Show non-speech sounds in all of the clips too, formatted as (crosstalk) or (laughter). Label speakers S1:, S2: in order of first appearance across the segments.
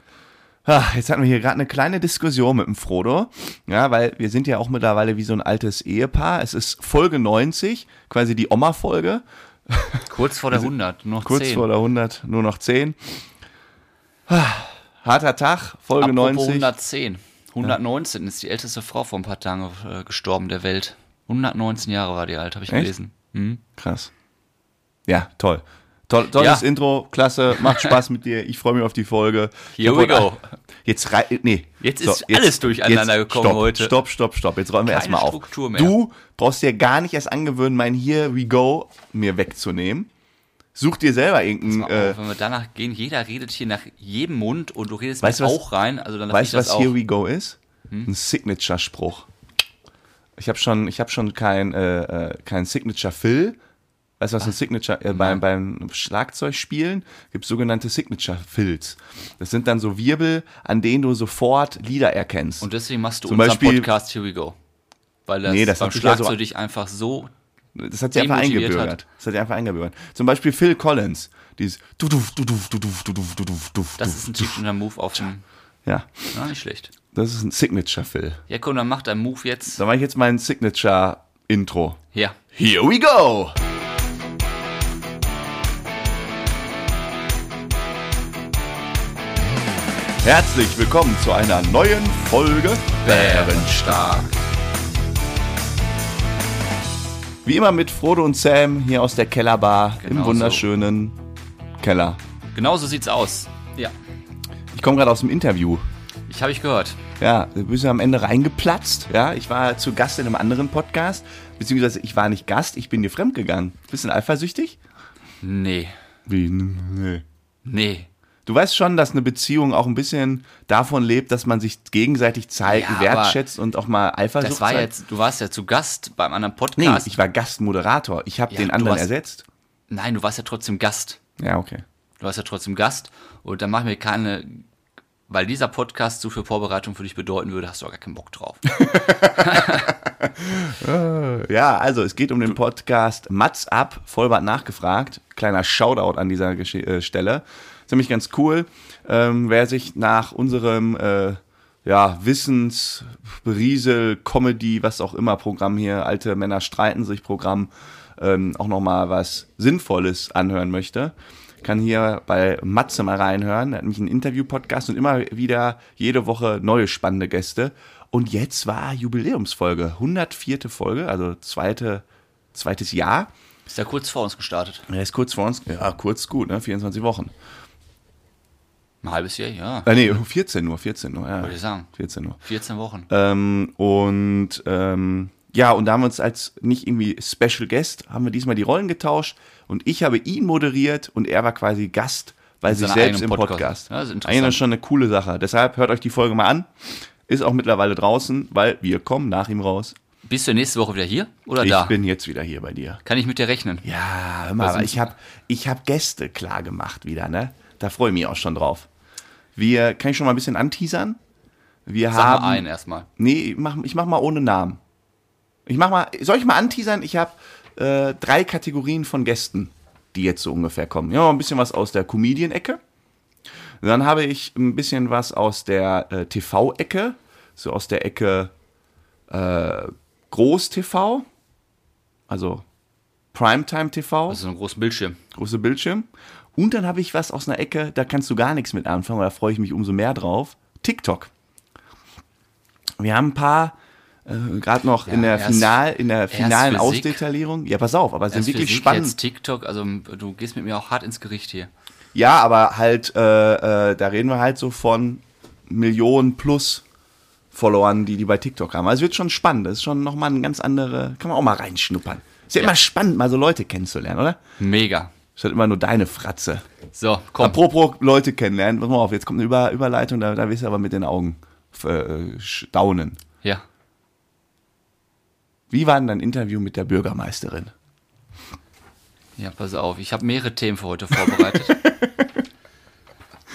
S1: Ach, Ah, jetzt hatten wir hier gerade eine kleine Diskussion mit dem Frodo, ja, weil wir sind ja auch mittlerweile wie so ein altes Ehepaar. Es ist Folge 90, quasi die Oma-Folge.
S2: Kurz vor der 100, nur noch
S1: Also Kurz
S2: 10.
S1: vor der 100, nur noch 10. Harter Tag, Folge
S2: Apropos
S1: 90.
S2: 110. 119 ist die älteste Frau vor ein paar Tagen äh, gestorben der Welt. 119 Jahre war die alt, habe ich
S1: Echt?
S2: gelesen. Hm?
S1: Krass. Ja, toll. Toll, tolles
S2: Ja.
S1: Intro, klasse, macht Spaß mit dir. Ich freue mich auf die Folge. Ich
S2: Here
S1: hab
S2: we
S1: heute-
S2: go.
S1: Jetzt rei nee.
S2: Jetzt ist alles durcheinander gekommen
S1: stopp,
S2: heute.
S1: Stopp, stopp, stopp. Jetzt räumen wir
S2: Keine
S1: erstmal auf.
S2: Struktur mehr.
S1: Du brauchst dir gar nicht erst angewöhnen, mein Here we go mir wegzunehmen. Such dir selber
S2: Pass
S1: irgendeinen.
S2: mal
S1: Äh,
S2: auf, wenn wir danach gehen, jeder redet hier nach jedem Mund und du redest
S1: Weißt
S2: mir
S1: du was-
S2: auch rein. Also dann lass
S1: Weißt
S2: ich
S1: du,
S2: das
S1: was
S2: auch. Hm?
S1: Here We Go ist? Ein Signature-Spruch. Ich habe schon, ich hab schon kein, äh, äh, kein Signature-Fill. Weißt du,
S2: Ah.
S1: was ein Signature, äh, beim, beim Schlagzeugspielen gibt es sogenannte Signature-Fills. Das sind dann so Wirbel, an denen du sofort Lieder erkennst.
S2: und deswegen machst du
S1: Zum
S2: unseren
S1: Beispiel-
S2: Podcast Here We Go. Weil das,
S1: Nee, das
S2: beim
S1: hat sich ja so-
S2: Schlagzeug dich einfach so.
S1: das hat sie einfach
S2: demotiviert
S1: eingebürgert.
S2: hat.
S1: Das hat sie einfach eingebürgert. Zum Beispiel Phil Collins. Dieses du du du du du du du du du du
S2: Das ist ein typischer Move auf dem.
S1: Ja,
S2: Na, nicht schlecht.
S1: das ist ein Signature-Fill.
S2: Ja, komm, dann mach deinen Move jetzt.
S1: Da mache ich jetzt mein Signature-Intro.
S2: Ja.
S1: Here we go! Herzlich willkommen zu einer neuen Folge Bärenstark. Wie immer mit Frodo und Sam hier aus der Kellerbar im
S2: Genau
S1: wunderschönen Keller.
S2: Genau so sieht's aus. Ja.
S1: Ich komme gerade aus dem Interview.
S2: Ich habe ich gehört.
S1: Ja, wir sind am Ende reingeplatzt. Ja, ich war zu Gast in einem anderen Podcast, beziehungsweise ich war nicht Gast, ich bin dir fremdgegangen. Bisschen eifersüchtig?
S2: Nee.
S1: Wie? Nee.
S2: Nee.
S1: Du weißt schon, dass eine Beziehung auch ein bisschen davon lebt, dass man sich gegenseitig zeigt,
S2: Ja, aber
S1: wertschätzt und auch mal Eifersucht
S2: Das war
S1: zeigt.
S2: jetzt, du warst ja zu Gast beim anderen
S1: Nee,
S2: Podcast.
S1: ich war Gastmoderator. Ich habe
S2: Ja,
S1: den
S2: du
S1: anderen
S2: warst-
S1: ersetzt.
S2: Nein, du warst ja trotzdem Gast.
S1: Ja, okay.
S2: Du warst ja trotzdem Gast und dann machen wir keine, weil dieser Podcast zu viel Vorbereitung für dich bedeuten würde, hast du auch gar keinen
S1: (laughs)
S2: Bock drauf.
S1: Ja, also es geht um den Podcast Mats ab, Vollbart nachgefragt. Kleiner Shoutout an dieser Gesche äh, Stelle. Ziemlich ganz cool. Ähm, wer sich nach unserem äh, ja, Wissens, Beriesel, Comedy, was auch immer Programm hier, alte Männer streiten sich Programm, ähm, auch nochmal was Sinnvolles anhören möchte, kann hier bei Matze mal reinhören. Er hat nämlich einen Interview-Podcast und immer wieder jede Woche neue spannende Gäste. Und jetzt war Jubiläumsfolge, 104. Folge, also zweite, zweites Jahr.
S2: Ist ja kurz vor uns gestartet.
S1: Er ist kurz vor uns, ja, kurz gut, ne? 24 Wochen.
S2: Ein halbes Jahr, ja.
S1: Äh, nee, 14 Uhr, 14 Uhr, ja.
S2: Würde ich sagen.
S1: 14 Uhr.
S2: 14 Wochen.
S1: Ähm, und ähm, ja, und da haben wir uns als nicht irgendwie Special Guest, haben wir diesmal die Rollen getauscht und ich habe ihn moderiert und er war quasi Gast bei sich
S2: seiner
S1: selbst im
S2: eigenen
S1: Podcast.
S2: Podcast. Ja, das ist interessant.
S1: Eigentlich schon eine coole Sache. Deshalb hört euch die Folge mal an. Ist auch mittlerweile draußen, weil wir kommen nach ihm raus.
S2: Bist du nächste Woche wieder hier oder
S1: Ich
S2: Ah, da?
S1: bin jetzt wieder hier bei dir.
S2: Kann ich mit dir rechnen?
S1: Ja, hör mal, aber ich habe ich hab Gäste klar gemacht wieder, ne? Da freue ich mich auch schon drauf. Wir, kann ich schon mal ein bisschen anteasern? Wir
S2: Sag
S1: haben
S2: mal einen erstmal.
S1: Nee, ich mach, ich mach mal ohne Namen. Ich mach mal, soll ich mal anteasern? Ich habe äh, drei Kategorien von Gästen, die jetzt so ungefähr kommen. Ja, ein bisschen was aus der Comedian-Ecke. Dann habe ich ein bisschen was aus der äh, TV-Ecke, so aus der Ecke äh, Groß-TV, also Primetime-TV,
S2: Also so einen großen Bildschirm.
S1: große Bildschirm. Und dann habe ich was aus einer Ecke, da kannst du gar nichts mit anfangen, da freue ich mich umso mehr drauf. TikTok. Wir haben ein paar äh, gerade noch in der
S2: erst-
S1: Final, in der finalen
S2: Physik.
S1: Ausdetaillierung. Ja, pass auf, aber es sind
S2: Erst
S1: wirklich
S2: Physik,
S1: spannend.
S2: Jetzt TikTok, also du gehst mit mir auch hart ins Gericht hier.
S1: Ja, aber halt, äh, äh, da reden wir halt so von Millionen plus Followern, die die bei TikTok haben. Also wird schon spannend. Das ist schon nochmal eine ganz andere, kann man auch mal reinschnuppern. Ist ja,
S2: Ja.
S1: immer spannend, mal so Leute kennenzulernen, oder?
S2: Mega.
S1: Statt immer nur deine Fratze.
S2: So, komm.
S1: Apropos Leute kennenlernen, pass mal auf, jetzt kommt eine Über Überleitung, da, da wirst du aber mit den Augen äh, staunen.
S2: Ja.
S1: Wie war denn dein Interview mit der Bürgermeisterin? (laughs)
S2: Ja, pass auf, ich habe mehrere Themen für
S1: (laughs)
S2: heute vorbereitet.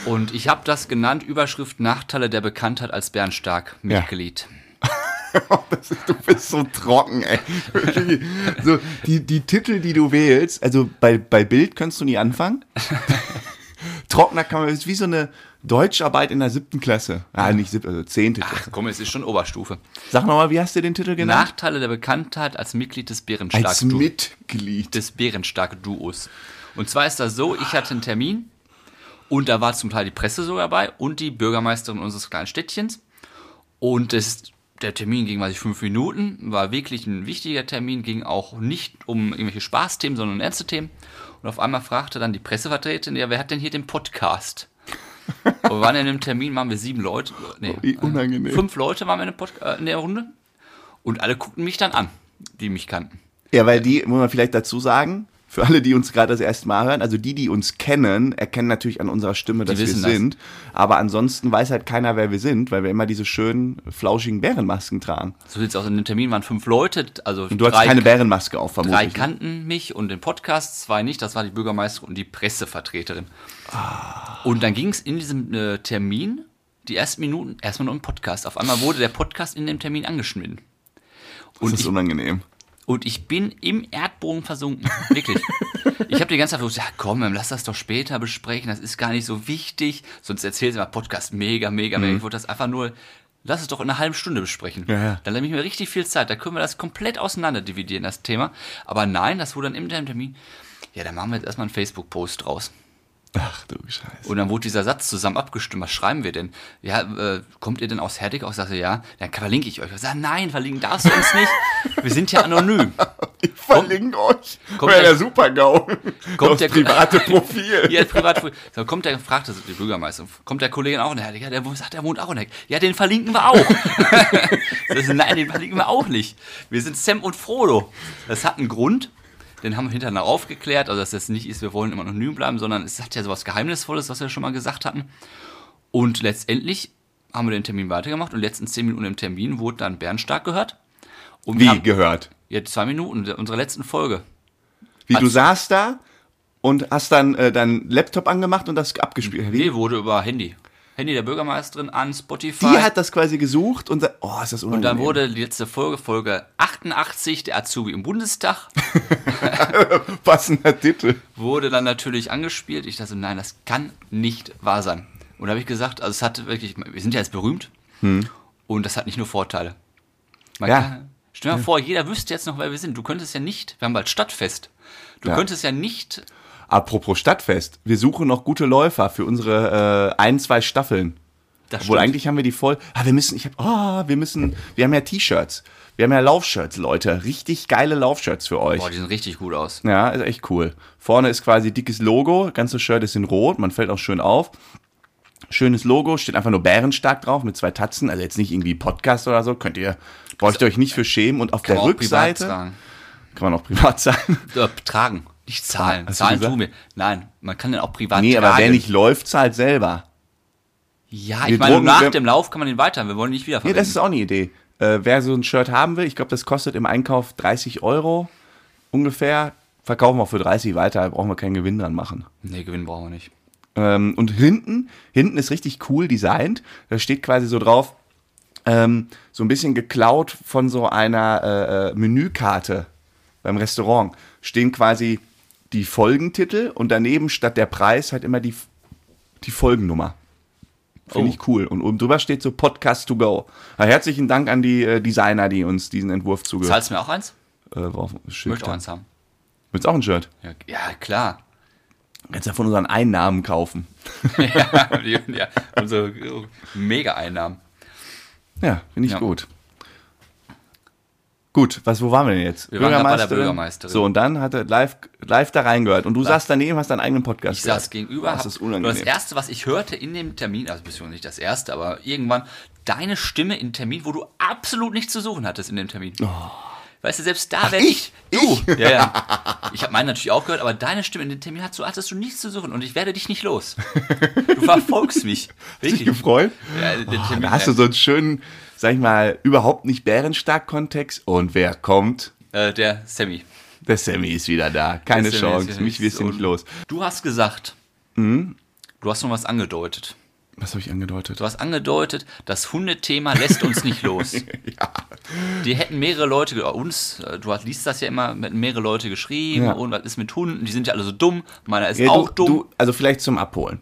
S2: Und ich habe das genannt, Überschrift Nachteile der Bekanntheit als Bernstark Mitglied.
S1: Du bist so trocken, ey. (laughs) Wirklich. So, die, die Titel, die du wählst, also bei, bei Bild kannst du nie anfangen. Trockener kann man, ist wie so eine Deutscharbeit in der siebten Klasse. Ah, nicht siebte, also zehnte Klasse.
S2: Ach komm, es ist schon Oberstufe.
S1: Sag nochmal, wie hast du den Titel genannt?
S2: Nachteile der Bekanntheit als Mitglied des
S1: Als
S2: Bärenstark-Duos.
S1: Mitglied.
S2: des Bärenstark-Duos. Und zwar ist das so, ich hatte einen Termin und da war zum Teil die Presse sogar bei und die Bürgermeisterin unseres kleinen Städtchens. Und es, der Termin ging, weiß ich, fünf Minuten, war wirklich ein wichtiger Termin, ging auch nicht um irgendwelche Spaßthemen, sondern um ernste Themen. Und auf einmal fragte dann die Pressevertreterin, ja, wer hat denn hier den Podcast? Und wir waren in einem Termin, waren wir sieben Leute, nee, äh,
S1: Wie unangenehm.
S2: fünf Leute waren wir in, dem Podca- äh, in der Runde und alle guckten mich dann an, die mich kannten.
S1: Ja, weil die, muss man vielleicht dazu sagen, für alle, die uns gerade das erste Mal hören, also die, die uns kennen, erkennen natürlich an unserer Stimme, dass wir
S2: wissen das.
S1: sind. Aber ansonsten weiß halt keiner, wer wir sind, weil wir immer diese schönen, flauschigen Bärenmasken tragen.
S2: So sieht's aus. In dem Termin waren fünf Leute, also
S1: Und du hast
S2: drei,
S1: keine Bärenmaske auf,
S2: drei
S1: vermutlich.
S2: kannten mich und den Podcast, zwei nicht. Das war die Bürgermeisterin und die Pressevertreterin.
S1: Ah.
S2: Und dann ging's in diesem äh, Termin die ersten Minuten erstmal nur im Podcast. Auf einmal wurde der Podcast in dem Termin angeschnitten.
S1: Das
S2: Und
S1: ist
S2: ich,
S1: unangenehm.
S2: und ich bin im Erdboden versunken.
S1: (laughs)
S2: Wirklich. ich habe die ganze Zeit versucht, ja komm, lass das doch später besprechen. Das ist gar nicht so wichtig. Sonst erzählen sie mal Podcast mega, mega, mega. Ich wollte das einfach nur. Lass es doch in einer halben Stunde besprechen.
S1: Mhm. Ja, ja.
S2: Dann nehme ich mir richtig viel Zeit. Da können wir das komplett auseinander dividieren, das Thema. Aber nein, das wurde dann im Termin. Ja, dann machen wir jetzt erstmal einen Facebook-Post draus.
S1: Ach du Scheiße.
S2: Und dann wurde dieser Satz zusammen abgestimmt. Was schreiben wir denn? Ja, äh, kommt ihr denn aus Hertig? Ich sagte, ja. Dann verlinke ich euch. Ich sage, nein, verlinken darfst du uns nicht. Wir sind ja anonym.
S1: Ich verlinke euch.
S2: kommt
S1: Euer
S2: der-
S1: Super-GAU.
S2: kommt
S1: Das
S2: der- (laughs)
S1: private Profil.
S2: Ja, privat. So, kommt der, fragt das die Bürgermeisterin, kommt der Kollege auch in der Hecke? Ja, der sagt, der wohnt auch in der Hecke. Ja, den verlinken wir auch. (laughs) das, ist- nein, den verlinken wir auch nicht. Wir sind Sam und Frodo. Das hat einen Grund. Den haben wir hinterher noch aufgeklärt. Also, dass das nicht ist, wir wollen immer anonym bleiben, sondern es hat ja sowas Geheimnisvolles, was wir schon mal gesagt hatten. Und letztendlich haben wir den Termin weitergemacht und letzten zehn Minuten im Termin wurde dann Bernstark gehört. Und wir
S1: Wie
S2: haben-
S1: gehört?
S2: Ja, zwei Minuten, unsere letzten Folge.
S1: Wie du saßt da und hast dann äh, deinen Laptop angemacht und das abgespielt. Wie?
S2: Nee, wurde über Handy. Handy der Bürgermeisterin an Spotify.
S1: Die hat das quasi gesucht und sa- oh, ist das unangenehm.
S2: und dann wurde die letzte Folge, Folge 88, der Azubi im Bundestag,
S1: passender Titel.
S2: wurde dann natürlich angespielt. Ich dachte, so, nein, das kann nicht wahr sein. Und da habe ich gesagt, also es hat wirklich, wir sind ja jetzt berühmt und das hat nicht nur Vorteile. Man
S1: Hm. Ja.
S2: kann, stell dir mal vor, jeder wüsste jetzt noch, wer wir sind. Du könntest ja nicht, wir haben bald Stadtfest, du
S1: Ja.
S2: könntest ja nicht
S1: Apropos Stadtfest, wir suchen noch gute Läufer für unsere äh, ein, zwei Staffeln.
S2: das
S1: Obwohl
S2: stimmt.
S1: eigentlich haben wir die voll. Ah, wir müssen, ich hab, ah, wir müssen, wir haben ja T-Shirts. Wir haben ja Laufshirts, Leute. Richtig geile Laufshirts für euch.
S2: Boah, die sehen richtig gut aus.
S1: Ja, ist echt cool. Vorne ist quasi dickes Logo, ganze Shirt ist in rot, man fällt auch schön auf. Schönes Logo, steht einfach nur bärenstark drauf mit zwei Tatzen, also jetzt nicht irgendwie Podcast oder so, könnt ihr, braucht ihr euch nicht für schämen. Und auf
S2: Kann
S1: der
S2: man auch privat
S1: Rückseite
S2: tragen.
S1: kann man auch privat (laughs) sein.
S2: Äh, tragen, nicht zahlen.
S1: Hast du
S2: zahlen
S1: gesagt?
S2: tun wir. Nein, man kann den auch privat
S1: Nee,
S2: tragen.
S1: aber wer nicht läuft, zahlt selber.
S2: Ja,
S1: Wir
S2: ich meine,
S1: drucken-
S2: nach
S1: wir-
S2: dem Lauf kann man den weiter. Wir wollen ihn nicht wieder
S1: Nee, das ist auch eine Idee. Äh, wer so ein Shirt haben will, ich glaube, das kostet im Einkauf 30 Euro ungefähr. Verkaufen wir auch für 30 weiter, da brauchen wir keinen Gewinn dran machen.
S2: nee, Gewinn brauchen wir nicht.
S1: Ähm, und hinten, hinten ist richtig cool designt. Da steht quasi so drauf, ähm, so ein bisschen geklaut von so einer äh, äh, Menükarte beim Restaurant. Stehen quasi die Folgentitel und daneben statt der Preis halt immer die, die Folgennummer. Finde
S2: Oh.
S1: ich cool. Und oben drüber steht so Podcast to go. Na, herzlichen Dank an die äh, Designer, die uns diesen Entwurf zugehört
S2: Zahlst du mir auch eins?
S1: äh, drauf
S2: Ich möchte
S1: geschickt
S2: auch
S1: haben.
S2: eins haben.
S1: Willst auch ein Shirt?
S2: Ja, ja
S1: (laughs)
S2: klar.
S1: Kannst ja von unseren Einnahmen kaufen.
S2: ja, die- ja, unsere Mega-Einnahmen.
S1: Ja, finde ich
S2: Ja.
S1: gut. Gut, was, wo waren wir denn jetzt?
S2: Wir waren gerade bei der Bürgermeisterin.
S1: So, und dann hat er live, live da reingehört. Und du saßt daneben, hast deinen eigenen Podcast.
S2: Ich saß gegenüber.
S1: Das
S2: hab-
S1: ist
S2: und Das
S1: unangenehm.
S2: erste, was ich hörte in dem Termin, also bist nicht das erste, aber irgendwann deine Stimme in Termin, wo du absolut nichts zu suchen hattest in dem Termin. Weißt du, selbst da werde ich,
S1: Oh. ich?
S2: du. Ja, ja.
S1: (laughs)
S2: Ich habe meinen natürlich auch gehört, aber deine Stimme in dem Termin hattest du, hattest du nichts zu suchen und ich werde dich nicht los. Du verfolgst mich.
S1: (laughs) Hast dich
S2: Wirklich.
S1: gefreut?
S2: Ja, den
S1: Oh,
S2: Termin,
S1: da hast du so einen schönen, sag ich mal, überhaupt nicht bärenstark-Kontext. Und wer kommt?
S2: äh, der Sammy.
S1: Der Sammy ist wieder da. Keine
S2: Der Sammy ist
S1: Chance.
S2: wieder-
S1: Mich wirst du
S2: so-
S1: nicht los.
S2: Du hast gesagt, du hast noch was angedeutet.
S1: Was habe ich angedeutet?
S2: Du hast angedeutet, das Hundethema lässt uns nicht los.
S1: (laughs) Ja.
S2: Die hätten mehrere Leute, ge- uns, äh, du hast- liest das ja immer, hätten mehrere Leute geschrieben
S1: Ja.
S2: und was ist mit Hunden, die sind ja alle so dumm, meiner ist
S1: Ja,
S2: auch
S1: du,
S2: dumm.
S1: Du, also vielleicht zum Abholen.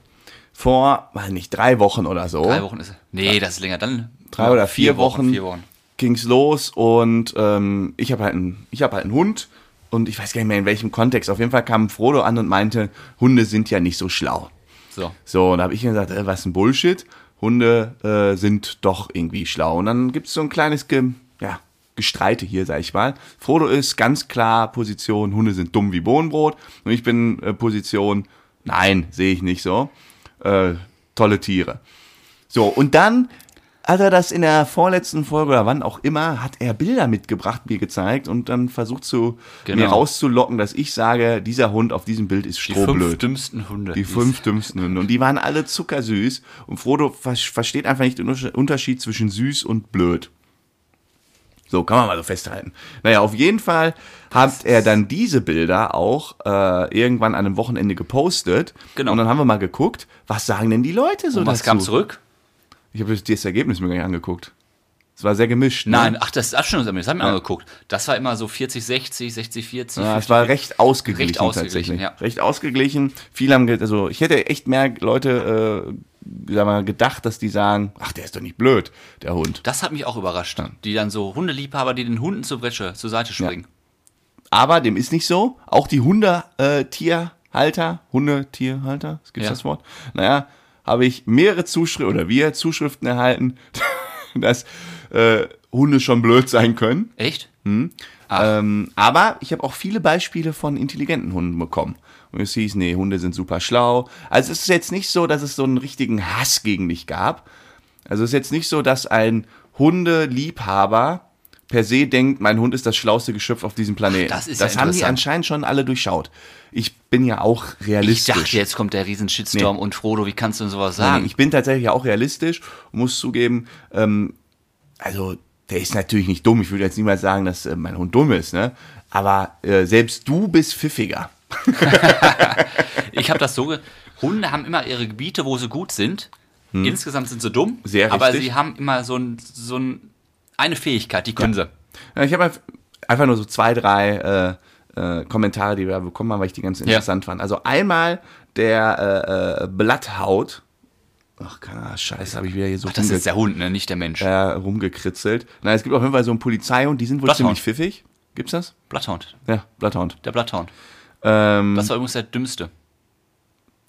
S1: Vor, weiß nicht, drei Wochen oder so.
S2: Drei Wochen ist Nee, das ist länger. Dann
S1: drei oder vier, Wochen,
S2: Vier Wochen.
S1: ging's los und ähm, ich habe halt, einen- ich hab halt einen Hund und ich weiß gar nicht mehr in welchem Kontext. Auf jeden Fall kam Frodo an und meinte, Hunde sind ja nicht so schlau.
S2: So.
S1: So, und da habe ich mir gesagt, äh, was ein Bullshit. Hunde äh, sind doch irgendwie schlau. Und dann gibt's so ein kleines Ge ja, Gestreite hier, sag ich mal. Frodo ist ganz klar Position, Hunde sind dumm wie Bohnenbrot. Und ich bin äh, Position, nein, sehe ich nicht so. Äh, tolle Tiere. So, und dann hat er das in der vorletzten Folge oder wann auch immer, hat er Bilder mitgebracht, mir gezeigt und dann versucht zu
S2: Genau.
S1: mir rauszulocken, dass ich sage, dieser Hund auf diesem Bild ist
S2: Die fünf
S1: strohblöd.
S2: dümmsten Hunde.
S1: Die fünf dümmsten Hunde. Und die waren alle zuckersüß. Und Frodo ver versteht einfach nicht den Unter- Unterschied zwischen süß und blöd. So, kann man mal so festhalten. Naja, auf jeden Fall hat er dann diese Bilder auch äh, irgendwann an einem Wochenende gepostet.
S2: Genau.
S1: Und dann haben wir mal geguckt, was sagen denn die Leute so
S2: Und was
S1: dazu?
S2: kam zurück?
S1: Ich habe das Ergebnis mir gar nicht angeguckt. Es war sehr gemischt. Ne?
S2: Nein, ach, das ist Abstimmungsergebnis, das haben wir angeguckt. Das war immer so 40, 60, 60, 40.
S1: Ja, es war recht ausgeglichen,
S2: Recht ausgeglichen,
S1: tatsächlich.
S2: ja.
S1: Recht ausgeglichen. Viele haben, ge- also ich hätte echt mehr Leute äh, sag mal, gedacht, dass die sagen, ach, der ist doch nicht blöd, der Hund.
S2: das hat mich auch überrascht. Die dann so Hundeliebhaber, die den Hunden zur Bresche, zur Seite springen.
S1: Aber dem ist nicht so. Auch die Hunde, äh, Tierhalter, Hunde, Tierhalter, gibt es
S2: Ja.
S1: das Wort? Naja, habe ich mehrere Zuschriften oder wir Zuschriften erhalten, (laughs) dass äh, Hunde schon blöd sein können.
S2: Echt?
S1: Ähm, aber ich habe auch viele Beispiele von intelligenten Hunden bekommen. Und es hieß, nee, Hunde sind super schlau. Also es ist jetzt nicht so, dass es so einen richtigen Hass gegen dich gab. Also es ist jetzt nicht so, dass ein Hundeliebhaber per se denkt, mein Hund ist das schlauste Geschöpf auf diesem Planeten.
S2: das ist ja
S1: das haben die
S2: interessant.
S1: anscheinend schon alle durchschaut. Ich bin ja auch
S2: Ich
S1: realistisch.
S2: dachte, jetzt kommt der riesen Shitstorm
S1: Nee.
S2: und Frodo, wie kannst du denn sowas
S1: Nein,
S2: sagen?
S1: Ich bin tatsächlich auch realistisch und muss zugeben, ähm, also der ist natürlich nicht dumm. Ich würde jetzt niemals sagen, dass äh, mein Hund dumm ist, ne? Aber äh, selbst du bist pfiffiger.
S2: Ich habe das so. Ge Hunde haben immer ihre Gebiete, wo sie gut sind. Insgesamt sind sie dumm.
S1: Hm. Sehr
S2: aber
S1: richtig.
S2: sie haben immer so, ein, so ein, eine Fähigkeit, die können
S1: Ja, ich habe einf- einfach nur so zwei, drei äh, äh, Kommentare, die wir bekommen haben, weil ich die ganz interessant fand. Also einmal der äh, äh, Blatthaut. Ach, keine Ahnung, Scheiße, habe ich wieder hier so
S2: sie. Das
S1: rumge-
S2: ist der Hund, ne? nicht der Mensch.
S1: äh, rumgekritzelt. Nein, es gibt auf jeden Fall so einen Polizeihund, die sind wohl
S2: Bloodhound.
S1: ziemlich pfiffig. Gibt's das?
S2: Bloodhound.
S1: Ja, Blatthound.
S2: Der Bloodhound.
S1: Ähm,
S2: Das war übrigens der dümmste.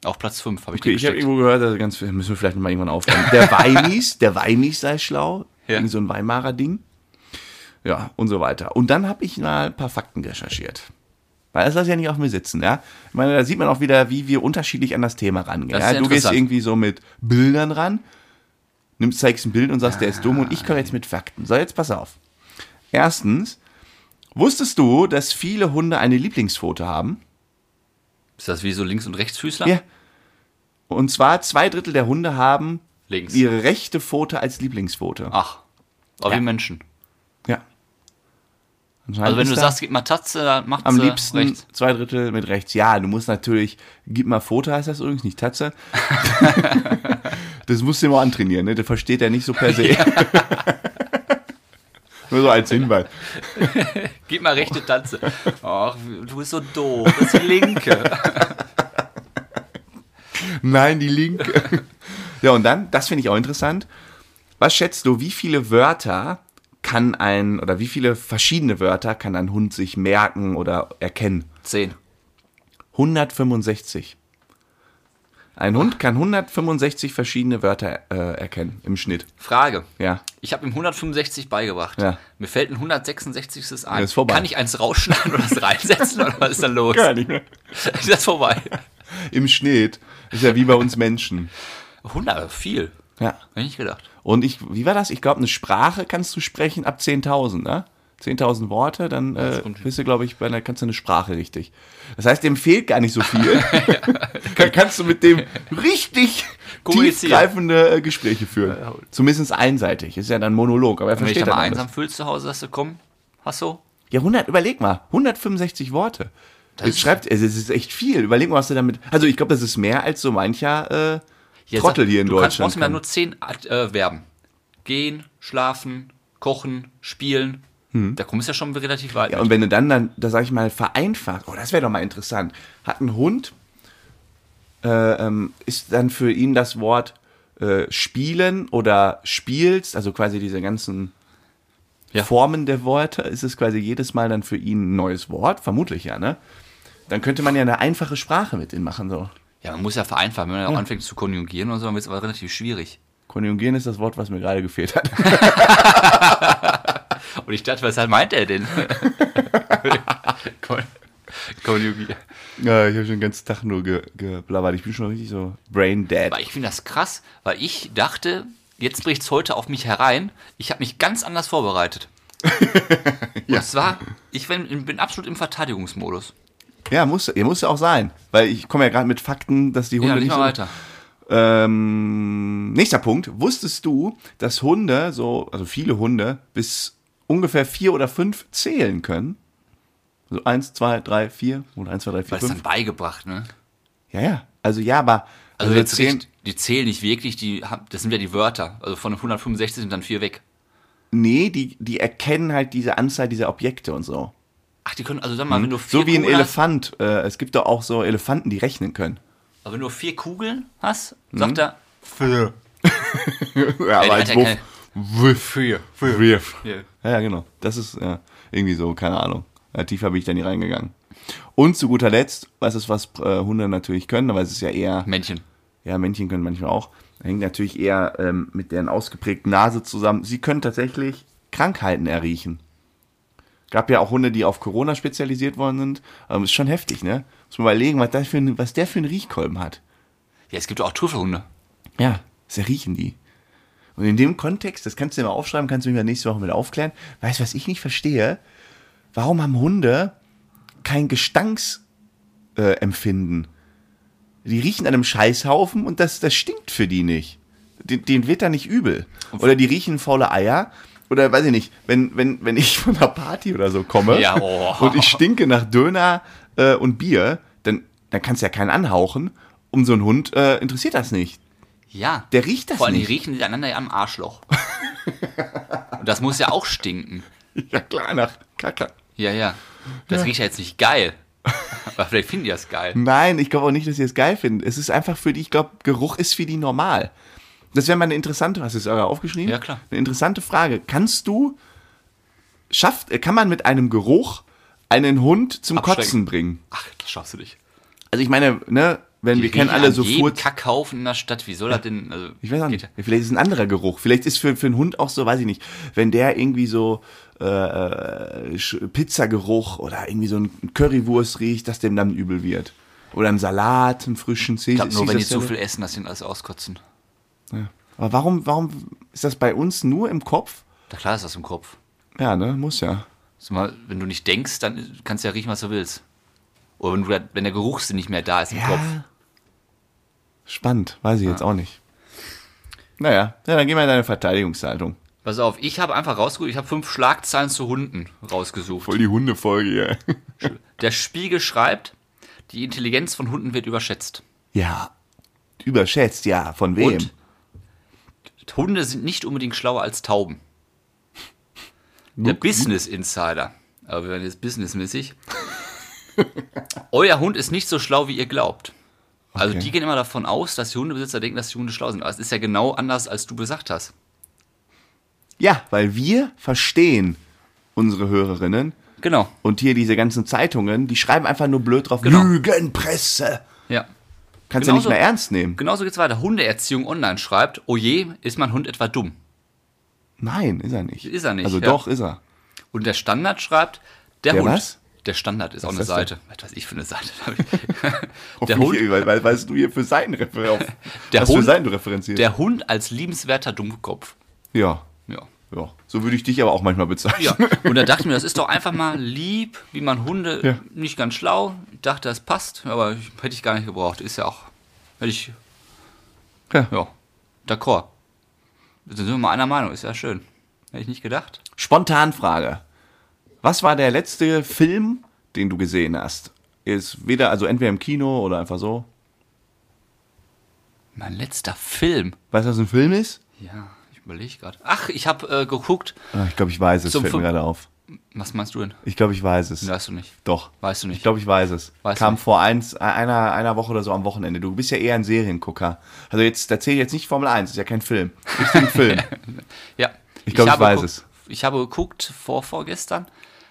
S2: Auf Platz 5 habe ich
S1: Okay,
S2: den
S1: ich habe
S2: gesteckt.
S1: irgendwo gehört, also ganz müssen wir vielleicht mal irgendwann aufräumen. Der Weinis, der Weinis sei schlau,
S2: Ja.
S1: irgend so ein Weimarer Ding. Ja, und so weiter. Und dann habe ich mal ein paar Fakten recherchiert. Weil das lasse ich ja nicht auf mir sitzen, ja. Ich meine, da sieht man auch wieder, wie wir unterschiedlich an das Thema rangehen.
S2: Das
S1: Ja?
S2: ist
S1: Du gehst
S2: interessant.
S1: irgendwie so mit Bildern ran, nimmst, zeigst ein Bild und sagst, der ist dumm und ich komme jetzt mit Fakten. So, jetzt pass auf. Erstens, wusstest du, dass viele Hunde eine Lieblingsfoto haben?
S2: Ist das wie so Links- und Rechtsfüßler?
S1: Ja. Und zwar zwei Drittel der Hunde haben
S2: Links.
S1: ihre rechte Pfote als Lieblingsfote.
S2: Ach. Aber
S1: Ja.
S2: wie Menschen.
S1: Ja. Anscheinend
S2: Also wenn
S1: ist
S2: du
S1: da
S2: sagst, gib mal Tatze, dann macht
S1: am liebsten
S2: rechts.
S1: zwei Drittel mit rechts. Ja, du musst natürlich, gib mal Foto heißt das übrigens, nicht
S2: (laughs)
S1: Tatze. das musst du ihm auch antrainieren, ne? Der versteht er nicht so per se. (laughs) Nur so als Hinweis.
S2: Gib mal
S1: Oh.
S2: rechte Tatze. Ach, du bist so doof. Das ist die
S1: (laughs)
S2: linke.
S1: Nein, die linke. (laughs) ja, und dann, das finde ich auch interessant. Was schätzt du, wie viele Wörter kann ein, oder wie viele verschiedene Wörter kann ein Hund sich merken oder erkennen?
S2: 10.
S1: 165. Ein Hund kann 165 verschiedene Wörter äh, erkennen im Schnitt.
S2: Frage.
S1: Ja.
S2: Ich habe ihm 165 beigebracht.
S1: Ja.
S2: Mir fällt ein 166.
S1: Ja,
S2: ein.
S1: ist vorbei.
S2: Kann ich eins rausschneiden oder es reinsetzen oder was ist da los?
S1: nicht mehr.
S2: Ist (laughs) das vorbei?
S1: Im Schnitt. Ist ja wie bei uns Menschen.
S2: 100, viel.
S1: Ja.
S2: Hätte ich nicht gedacht.
S1: Und ich, wie war das? Ich glaube, eine Sprache kannst du sprechen ab 10.000, ne? 10.000 Worte, dann äh,
S2: kommt hin.
S1: bist du, glaube ich, bei einer, kannst du eine Sprache richtig. Das heißt, dem fehlt gar nicht so (laughs) viel. dann kannst du mit dem richtig
S2: Kommunizieren.
S1: tiefgreifende äh, Gespräche führen. Zumindest einseitig. Ist ja dann Monolog, aber er
S2: Wenn du dich
S1: versteht
S2: da
S1: dann
S2: mal
S1: alles.
S2: einsam fühlst zu Hause, sagst du, komm, hast du?
S1: Ja, 100, überleg mal, 165 Worte. Das
S2: ist-
S1: schreibt, es ist echt viel. Überleg mal, was du damit. Also ich glaube, das ist mehr als so mancher äh,
S2: Hier,
S1: Trottel hier in
S2: du
S1: Deutschland
S2: Du brauchst mir
S1: kann.
S2: nur zehn Ad- äh, Verben. Gehen, schlafen, kochen, spielen. Da kommst du ja schon relativ
S1: Hm.
S2: weit.
S1: Ja,
S2: mit.
S1: und wenn du dann, dann da sag ich mal, vereinfacht, oh, das wäre doch mal interessant, hat ein Hund, äh, ähm, ist dann für ihn das Wort äh, spielen oder spielst, also quasi diese ganzen
S2: Ja.
S1: Formen der Worte, ist es quasi jedes Mal dann für ihn ein neues Wort? Vermutlich ja, ne? Dann könnte man ja eine einfache Sprache mit ihm machen, so.
S2: ja, man muss ja vereinfachen. Wenn man anfängt zu konjugieren und so, dann wird es aber relativ schwierig.
S1: Konjugieren ist das Wort, was mir gerade gefehlt hat.
S2: Und ich dachte, was meint
S1: (laughs)
S2: er denn? Kon- Konjugieren.
S1: (laughs) ja, ich habe schon den ganzen Tag nur ge- geblabbert. Ich bin schon richtig so brain dead.
S2: Aber ich finde das krass, weil ich dachte, jetzt bricht es heute auf mich herein. Ich habe mich ganz
S1: (laughs)
S2: anders vorbereitet. Und zwar, ich bin, bin absolut im Verteidigungsmodus.
S1: Ja, muss, ihr muss ja auch sein. Weil ich komme ja gerade mit Fakten, dass die Hunde
S2: Ja, nicht
S1: nicht
S2: mal
S1: so
S2: weiter.
S1: Ähm, nächster Punkt. Wusstest du, dass Hunde, so, also viele Hunde, bis ungefähr vier oder fünf zählen können? Also eins, zwei, drei, vier oder eins, zwei, drei, vier,
S2: Weil es dann
S1: fünf.
S2: beigebracht, ne?
S1: Ja, ja. Also ja, aber
S2: Also,
S1: wir
S2: jetzt richtig, die zählen nicht wirklich, die haben, das sind ja die Wörter. Also von 165 sind dann vier weg.
S1: Nee, die, die erkennen halt diese Anzahl dieser Objekte und so.
S2: Ach, die können, also sag mal, wenn du vier
S1: Mhm. So wie ein
S2: Kugeln
S1: Elefant. Äh, es gibt doch auch so Elefanten, die rechnen können.
S2: Hast, aber wenn du vier Kugeln hast,
S1: Mhm.
S2: sagt er vier.
S1: Ja,
S2: Ey, der
S1: aber
S2: hat
S1: als
S2: ja
S1: Wurf.
S2: keine-
S1: Wuff.
S2: Vier.
S1: Wuff.
S2: vier.
S1: Ja, ja, genau. Das ist ja, irgendwie so, keine Ahnung. Ja, tiefer bin ich da nie reingegangen. Und zu guter Letzt, was ist, was äh, Hunde natürlich können, aber es ist ja eher,
S2: Männchen.
S1: ja, Männchen können manchmal auch, hängt natürlich eher ähm, mit deren ausgeprägten Nase zusammen. Sie können tatsächlich Krankheiten erriechen. Gab ja auch Hunde, die auf Corona spezialisiert worden sind. Ähm, ist schon heftig, ne? Muss man überlegen, was, das für ein, was der für einen Riechkolben hat.
S2: Ja, es gibt auch Trüffelhunde.
S1: Ja, das erriechen die. Und in dem Kontext, das kannst du dir mal aufschreiben, kannst du mich mal nächste Woche mit aufklären. Weißt du, was ich nicht verstehe? Warum haben Hunde kein Gestanksempfinden? Äh, Empfinden? die riechen an einem Scheißhaufen und das, das stinkt für die nicht. Den, denen wird da nicht übel. Oder die riechen faule Eier. Oder weiß ich nicht, wenn, wenn, wenn ich von einer Party oder so komme
S2: Ja, oh.
S1: und ich stinke nach Döner äh, und Bier, dann, dann kannst du ja keinen anhauchen. Um so einen Hund äh, interessiert das nicht.
S2: Ja.
S1: Der riecht das
S2: Vor allem, die
S1: nicht.
S2: riechen die einander ja
S1: (laughs)
S2: am Arschloch. Und das muss ja auch stinken.
S1: (laughs) Ja, klar, nach Kacke.
S2: Ja, ja. Das riecht ja jetzt nicht geil. Aber vielleicht finden die das geil.
S1: Nein, ich glaube auch nicht, dass sie es geil finden. Es ist einfach für die, ich glaube, Geruch ist für die normal. Das wäre mal eine interessante, hast du es euer aufgeschrieben?
S2: Ja, klar.
S1: Eine interessante Frage. Kannst du, schafft, äh, kann man mit einem Geruch einen Hund zum
S2: Abschrecken.
S1: Kotzen bringen?
S2: Ach, das schaffst du nicht.
S1: Also ich meine, ne, wenn wir kennen alle so Furz.
S2: Kackhaufen in der Stadt, wie soll das denn? Also,
S1: Ich weiß auch
S2: geht-
S1: nicht. Ja, vielleicht ist es ein anderer Geruch. Vielleicht ist für, für einen Hund auch so, weiß ich nicht, wenn der irgendwie so äh, äh, Sch- Pizzageruch oder irgendwie so ein Currywurst riecht, dass dem dann übel wird. Oder einen Salat, einen frischen Zeh.
S2: Ich glaube nur, wenn die zu viel essen, dass sie alles auskotzen.
S1: Aber warum, warum ist das bei uns nur im Kopf?
S2: Da klar ist das im Kopf.
S1: Ja, ne? Muss ja.
S2: Zumal, wenn du nicht denkst, dann kannst du ja riechen, was du willst. Oder wenn, du, wenn der Geruchssinn nicht mehr da ist im Kopf.
S1: Spannend, weiß ich jetzt auch nicht. Naja, ja, dann gehen wir in deine Verteidigungshaltung.
S2: Pass auf, ich habe einfach rausgesucht, ich habe fünf Schlagzeilen zu Hunden rausgesucht.
S1: die Hundefolge hier.
S2: Der Spiegel schreibt, die Intelligenz von Hunden wird überschätzt.
S1: Ja. Überschätzt, ja. Von wem?
S2: Und Hunde sind nicht unbedingt schlauer als Tauben. Der Business Insider, aber wir werden jetzt businessmäßig. (laughs) Euer Hund ist nicht so schlau, wie ihr glaubt. Also
S1: Okay.
S2: die gehen immer davon aus, dass die Hundebesitzer denken, dass die Hunde schlau sind. Aber es ist ja genau anders, als du gesagt hast.
S1: Ja, weil wir verstehen unsere Hörerinnen
S2: Genau,
S1: und hier diese ganzen Zeitungen, die schreiben einfach nur blöd drauf.
S2: Genau.
S1: Lügenpresse!
S2: ja.
S1: Kannst du
S2: Genauso-
S1: nicht mehr ernst nehmen.
S2: Genauso geht's weiter. Hundeerziehung online schreibt, oh je, ist mein Hund etwa dumm.
S1: Nein, ist er nicht.
S2: Ist er nicht,
S1: Also
S2: ja.
S1: doch, ist er.
S2: Und der Standard schreibt, der,
S1: Der
S2: Hund.
S1: was?
S2: Der Standard ist auch eine
S1: ist das
S2: Seite. Was weiß ich für eine Seite. (laughs) der,
S1: Hoffentlich,
S2: Hund,
S1: weil- weil- Weißt du hier für Seiten referierst?
S2: (laughs) Der
S1: Was für
S2: Hund-
S1: Seiten du referenzierst?
S2: der Hund als liebenswerter Dummkopf.
S1: Ja.
S2: Ja.
S1: Ja. So würde ich dich aber auch manchmal bezeichnen.
S2: ja. Und da dachte ich mir, das ist doch einfach mal lieb, wie man Hunde
S1: Ja.
S2: nicht ganz schlau. Ich dachte, das passt, aber ich- hätte ich gar nicht gebraucht. Ist ja auch. Hätte ich.
S1: (laughs) Ja.
S2: Ja. D'accord. Da sind wir mal einer Meinung, ist ja schön. Hätte ich nicht gedacht.
S1: Spontanfrage. Was war der letzte Film, den du gesehen hast? Ist weder, also entweder im Kino oder einfach so.
S2: Mein letzter Film.
S1: Weißt du, was ein Film ist?
S2: Ja, ich überlege gerade. Ach, ich habe äh, geguckt.
S1: Ah, ich glaube, ich weiß es.
S2: Zum
S1: fällt mir
S2: Fün-
S1: gerade auf.
S2: Was meinst du denn?
S1: Ich glaube, ich weiß es.
S2: Weißt du nicht.
S1: Doch.
S2: Weißt du nicht.
S1: Ich glaube, ich weiß es.
S2: Weißt du
S1: Kam
S2: nicht.
S1: vor eins, äh, einer, einer Woche oder so am Wochenende. Du bist ja eher ein Seriengucker. Also jetzt, da zählt jetzt nicht Formel 1, ist ja kein Film. Ich bin Film.
S2: (laughs) ja.
S1: Ich glaube, ich
S2: habe
S1: weiß
S2: geguckt-
S1: es.
S2: Ich habe geguckt vor vorgestern.